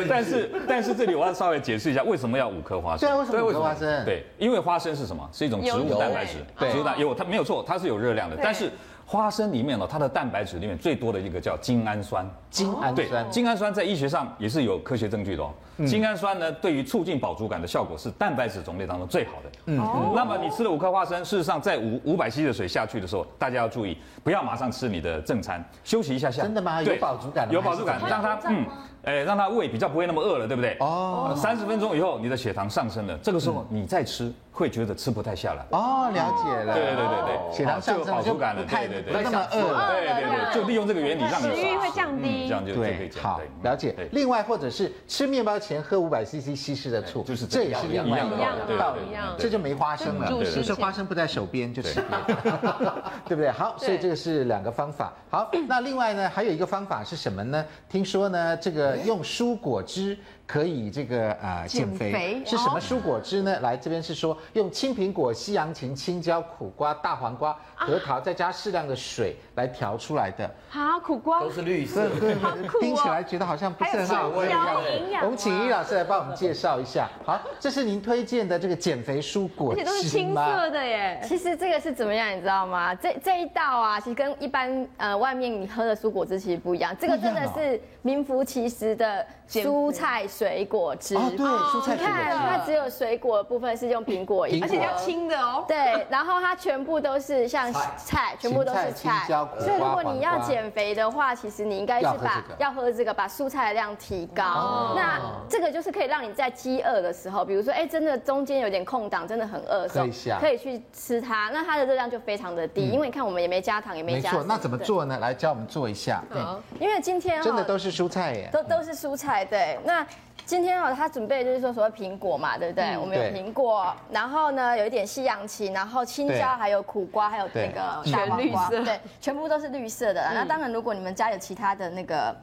但是但是这里我要稍微解释一下，为什么要五颗花生？
对啊，为什么五颗花生？，
对，因为花生是什么？是一种植物蛋白质，
对
植物蛋有它没有错，它是有热量的。但是花生里面呢，它的蛋白质里面最多的一个叫精氨酸。
精氨
对
酸，。嗯
精氨酸在医学上也是有科学证据的哦。精氨酸呢，对于促进饱足感的效果是蛋白质种类当中最好的。嗯，
哦
那么你吃了五颗花生，事实上在五五百 cc 的水下去的时候，大家要注意，不要马上吃你的正餐，休息一下下。
真的吗有
对
饱足感了吗
有饱足感
还，是
让它嗯，哎，让它胃比较不会那么饿了，对不对？哦，三十分钟以后，你的血糖上升了，这个时
嗯
候你再吃，会觉得吃不太下来。
哦，了解了。
对对对对对，
血糖
哦就
上
有
升
饱
就
足感
不
了，
太
对
不
对对
那么饿了。
对对对，就利用这个原理让你
食欲会降
嗯这
低，
样就就可以
对，
这样
好
对，嗯
了解
对。
另外，或者是吃面包前喝五百 CC 稀释的醋，
对就是
这也是
一样
另外
一样的道理
道
对
理
一样，
这就没花生了，
就
主食
就是花生不在手边就吃别的， 对不对？好，所以这个是两个方法。好，那另外呢，还有一个方法是什么呢？听说呢，这个用蔬果汁。可以这个呃减
减
肥哦
肥
是什么蔬果汁呢？来这边是说用青苹果、西洋芹、青椒、苦瓜、大黄瓜、核桃，再加适量的水来调出来的。
啊，苦瓜
都是绿色
这
的。
这
好酷哦
听起来觉得好像不是很好味。
还有香蕉营养啊
我们请于老师来帮我们介绍一下。好，这是您推荐的这个减肥蔬果
而且都是
汁
青
吗？
色的耶，
其实这个是怎么样，你知道吗？这这一道啊，其实跟一般呃外面你喝的蔬果汁其实不一样，哦这个真的
不一
是名副其实的蔬菜水果汁。
哦，对，蔬菜
你
水
看
果
它只有水果的部分是用苹果，
苹果
而且要青的哦。
对，然后它全部都是像菜，全部都是
芹菜
菜
青椒苦。瓜
所以如果你
黄
要
瓜
减肥的话，其实你应该是
要喝
把
这个哦
要喝这个，把蔬菜的量提高。那这个就是可以让你在饥饿的时候，比如说哎，真的中间有点空档，真的很饿的时候
可以下，嗯
可以去吃它。那它的热量就非常的低，因为你看我们也没加糖，也
汁。没
没加什
错，
么。
那怎么
对？
做呢？来教我们做一下。对，
因为今天哈
真的都是蔬菜耶。
都都是蔬菜，对。那今天哦，他准备的就是说所谓苹果嘛，对不对？我们有
嗯对
苹果，然后呢有一点西洋芹，然后青
对
椒，还有苦瓜，还有
对
那个大黄瓜，对，全部都是绿色的
嗯
啦。那当然，如果你们家有其他的那个，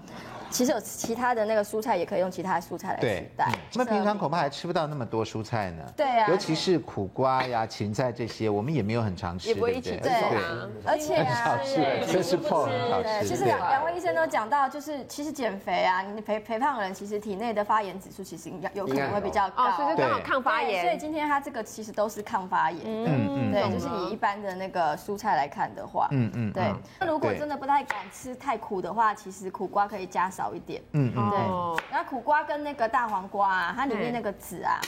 其实有其他的那个蔬菜，也可以用其他的蔬菜来取
对，
代
嗯。我们平常恐怕还吃不到那么多蔬菜呢。
对啊
尤其是苦瓜呀、芹菜这些，我们也没有很常吃，
也不会
对
一
对
起种
对
啊
而且
很少
啊，
吃，真是破很少
对，
吃。
其实
对
两两位医生都讲到，就是其实减肥啊，你肥肥胖的人其实体内的发炎指数其实应该有可能会比较高，
哦，所以就刚好抗发
对所以
炎。
今天它这个其实都是抗发炎的，对，就是以一般的那个蔬菜来看的话，嗯嗯，对。那如果
对
真的不太敢吃太苦的话，其实苦瓜可以加少一点，嗯嗯，
哦
对。那苦瓜跟那个大黄瓜啊，它里面那个籽啊，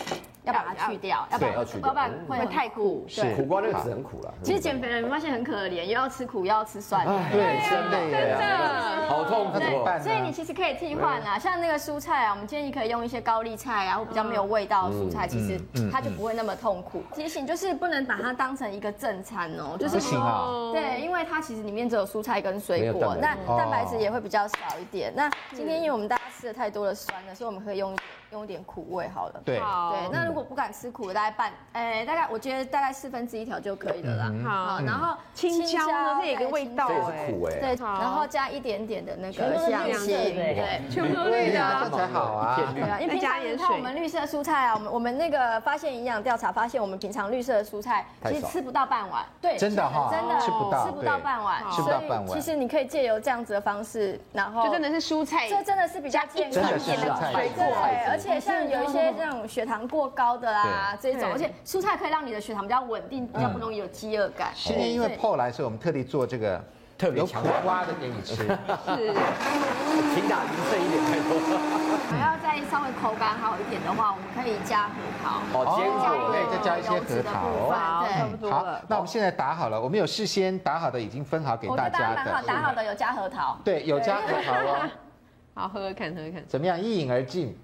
要把它去掉，要不然
要去掉
要不然会
会
很
太。苦，
是
苦瓜那个籽很苦啦，
其实减肥的人发现很可怜，又要吃苦又要吃酸的。
对，
啊
真的耶，
好痛苦
那怎么
哦。
办呢？
所以你其实可以替换啦，像那个蔬菜啊，我们建议可以用一些高丽菜啊，或比较没有味道的蔬
嗯
菜，其实它就不会那么痛苦。提醒就是不能把它当成一个正餐哦，就是
不行啊。
对，因为它其实里面只有蔬菜跟
没
水
有
果，那
蛋白质
哦
蛋白质也会比较少一点。那今天因为我们大家吃了太多的酸了，所以我们可以用一点用一点苦味好了。
对，
对，那如果不敢吃苦的，大概半，哎，大概我觉得大概四分之一条就可以了
嗯
啦。
好嗯
好，然后
青椒呢，这也有个
对
味
青
道
这也是
哎，
苦哎，
对，然后加一点点的那个西洋
绿
芹，
色的
对。
全部都绿的啊。
这才好啊。
对啊，因
再
为平
加
常
一点
你看
水
我们绿色蔬菜啊，我们我们那个发现营养调查发现，我们平常绿色的蔬菜
太
其
少
实吃不到半碗，对，
真的哈
真的
吃不到
吃不到半碗，
对吃不到半碗
所以其实你可以借由这样子的方式，然后
就真的是蔬菜，
这真的是比较健
真
康
的
一
是
点的
蔬菜
水果，对而且像有一些这种血糖过高的啦，这
嗯
种，
对
而且蔬菜可以让你的血糖比较稳定，比较不容易有饥饿感。
今天因为
对
Paul 来，所以我们特地做这个
特别
有苦
强调
瓜的给你 吃。
请打匀称一点，拜托。
我要再稍微口感好一点的话，我们可以加核桃。
哦，坚果
对，再加一些
油脂
核
的部
桃。
好
分，对
差不多
好
了，。
那我们现在打好了，我们有事先打好的，已经分好
哦
给
我觉
大家
得蛮好，打
的。
好的有加核桃。
对，有加核桃哦。
好，喝喝看，喝喝看。
怎么样？一饮而尽。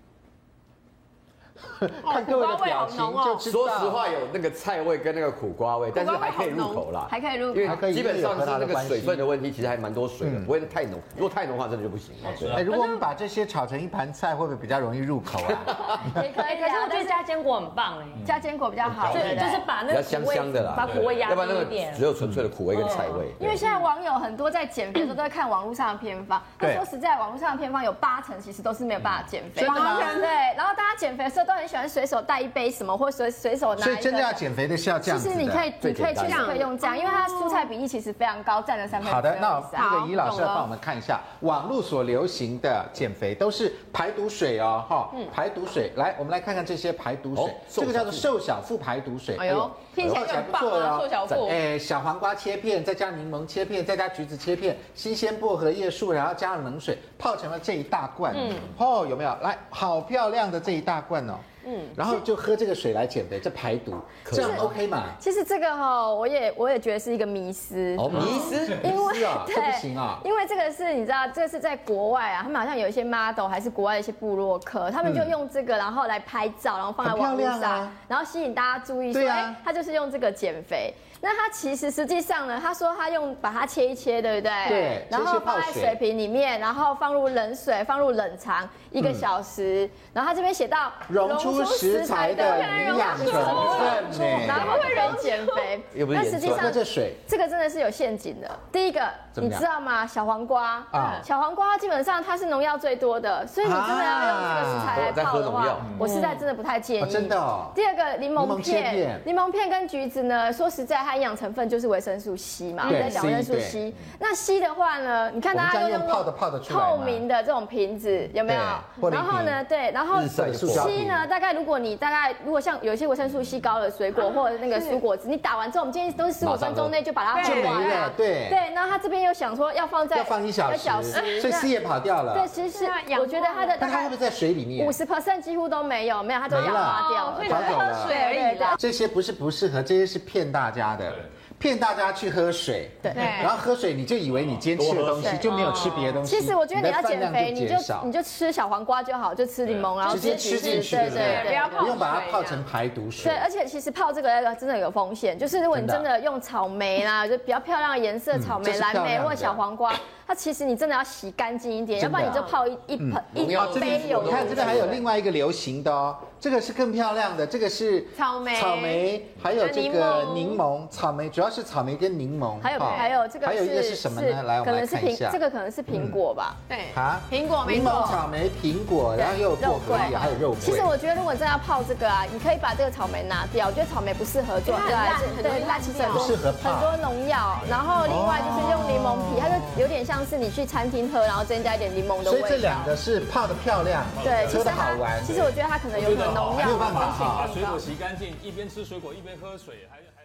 看各位的表情
苦瓜味好浓哦
就知道。
说实话，有那个菜味跟那个苦瓜味，但是还可以入口啦，
还可以入口
因为
还可以
基本上是那个水分的问题，其实还蛮多水的，
嗯
不会太浓。如果太浓的话，真的就不行。
哎，如果我们把这些炒成一盘菜，会不会比较容易入口 啊？
也可哎以。可是我觉得加坚果很棒哎，
嗯
加坚果比较好，
就
对不对
就是把
比
那
较
个
香
苦味
香的啦，
把苦味压
要不然那
低一
个
点
只。有纯粹的苦味跟菜味。
因为现在网友很多在减肥的时候都在看网络上的偏方，那
对
说实在，网络上的偏方有八成其实都是没有办法减肥。
真的吗
对，然后大家减肥的时候都很喜欢随手带一杯什么，或随随手拿一
所以
个。
真的要减肥的是要这样
其
子
实
的。
你可以，
最
你可以
简单
其实可以用这样，因为它蔬菜比例其实非常高，占了三分之一
好的，那
以上
那个尹老师
懂
要
了
帮我们看一下网络所流行的减肥都是排毒水哦，哈，
嗯
排毒水。来，我们来看看这些排毒水
哦，
这个叫做瘦小腹排毒水。
哎呦，听起来就很棒啊，瘦小腹。
哎，小黄瓜切片，再加柠檬切片，再加橘子切片，新鲜薄荷叶束，然后加上冷水泡成了这一大罐。嗯，哦，有没有？来，好漂亮的这一大罐哦。嗯，然后就喝这个水来减肥，这排毒，这样 OK 吗？
其实这个哈、我也我也觉得是一个迷思。
哦，迷思。
因为
是 啊，
对
这不行啊。
因为这个是你知道，这个是在国外啊，他们好像有一些 model 还是国外的一些部落客，他们就用这个然后来拍照，然后放在网络
嗯很漂
上，
亮啊
然后吸引大家注意说，
对啊
哎、他就是用这个减肥。那他其实实际上呢，他说他用把它切一切，对不对？
对
然
切一
后
切泡
放在
水
水瓶里面，然后放入冷水，放入冷藏一个小时。然后他这边写到
嗯溶出食材的营养成分呢
然后会溶减肥
又。不是
但
盐
实际
酸
上
那这水
这个真的是有陷阱的。第一个，
怎么
你
样
知道吗？小黄瓜
啊
啊，小黄瓜基本上它是农药最多的，所以你真的要用这个食材来泡的
啊我在喝农
话
药，
我实在真的不太建
哦
议。
真的哦
第二个，柠
柠
檬
檬切
片
片，
柠檬片跟橘子呢，说实在，它营养成分就是维生素 C 嘛，我
对
们在讲维生
C，
素
对
C。那 C 的话呢，你看大家
我们
都
这样用泡的泡得出来吗
透明的这种瓶子，有没
对
有？
玻璃
然后呢，对，然后
日晒的
塑胶
C
瓶
呢，大概如果你大概如果像有一些维生素 C 高的水果或者那个蔬果汁，你打完之后，我们建议都是十五分钟内就把它
就
喝完啊
没了对
对，那他这边又想说要放在
要放一小时，所以
那
丝也跑掉
对，
了。
其实我觉得它的
但
大
它会
概
不会在水里面
五？十 percent 几乎都没有，没有，它都氧化
哦
哦
掉了
没。了跑走了
水而已
啊
啦。
这些不是不适合，这些是骗大家的，骗大家去喝水。
对
然后喝水你就以为你今天吃的东西
水
就没有吃别的东西。
其实我觉得你要
的分
减
量
肥，你就
减少
你就吃小黄瓜就好，就吃柠檬，然后
直接吃进去，
对
对不
对
对？
对。
不用把它泡成排毒水
对，。而且其实泡这个真的有风险，就是如果你
真
真
的啊嗯
的用草莓啦，就比较漂亮的颜色，草
这
莓、
是
蓝
漂
莓
亮的
或小黄瓜，它其实你真的要洗干净一点，要
真
不
的啊
然你就泡一一盆一
农药
一
真
杯
的
有
你看这边还有另外一个流行的哦，这个是更漂亮的，这个是
草莓
草莓，还有这个柠檬，草莓主要是草莓跟柠檬，
呃还有
哈
还有这个
啊还有一个是什么呢？来，我
可
们来
能是
看一下嗯
苹，这个可能是苹果吧。
对，
啊，
苹果没
柠
错
檬、草莓、苹果，然后又有薄荷叶，还有肉桂。
其实我觉得，如果真的要泡这个啊，你可以把这个草莓拿掉。我觉得草莓不适合做，
因为它很烂很
对，
容易
它
烂
其实
掉
很多
不适合泡
很多农药。然后另外就是用柠檬皮，它就有点像是你去餐厅喝，然后增加一点柠檬的
所
味
以
道。
这两个是泡的漂亮，
对，其
喝
实
的
它
好玩。
其实我觉得它可能有可能农药
没有办法
风险
哈
把水果洗干净，一边吃水果一边喝水，还还。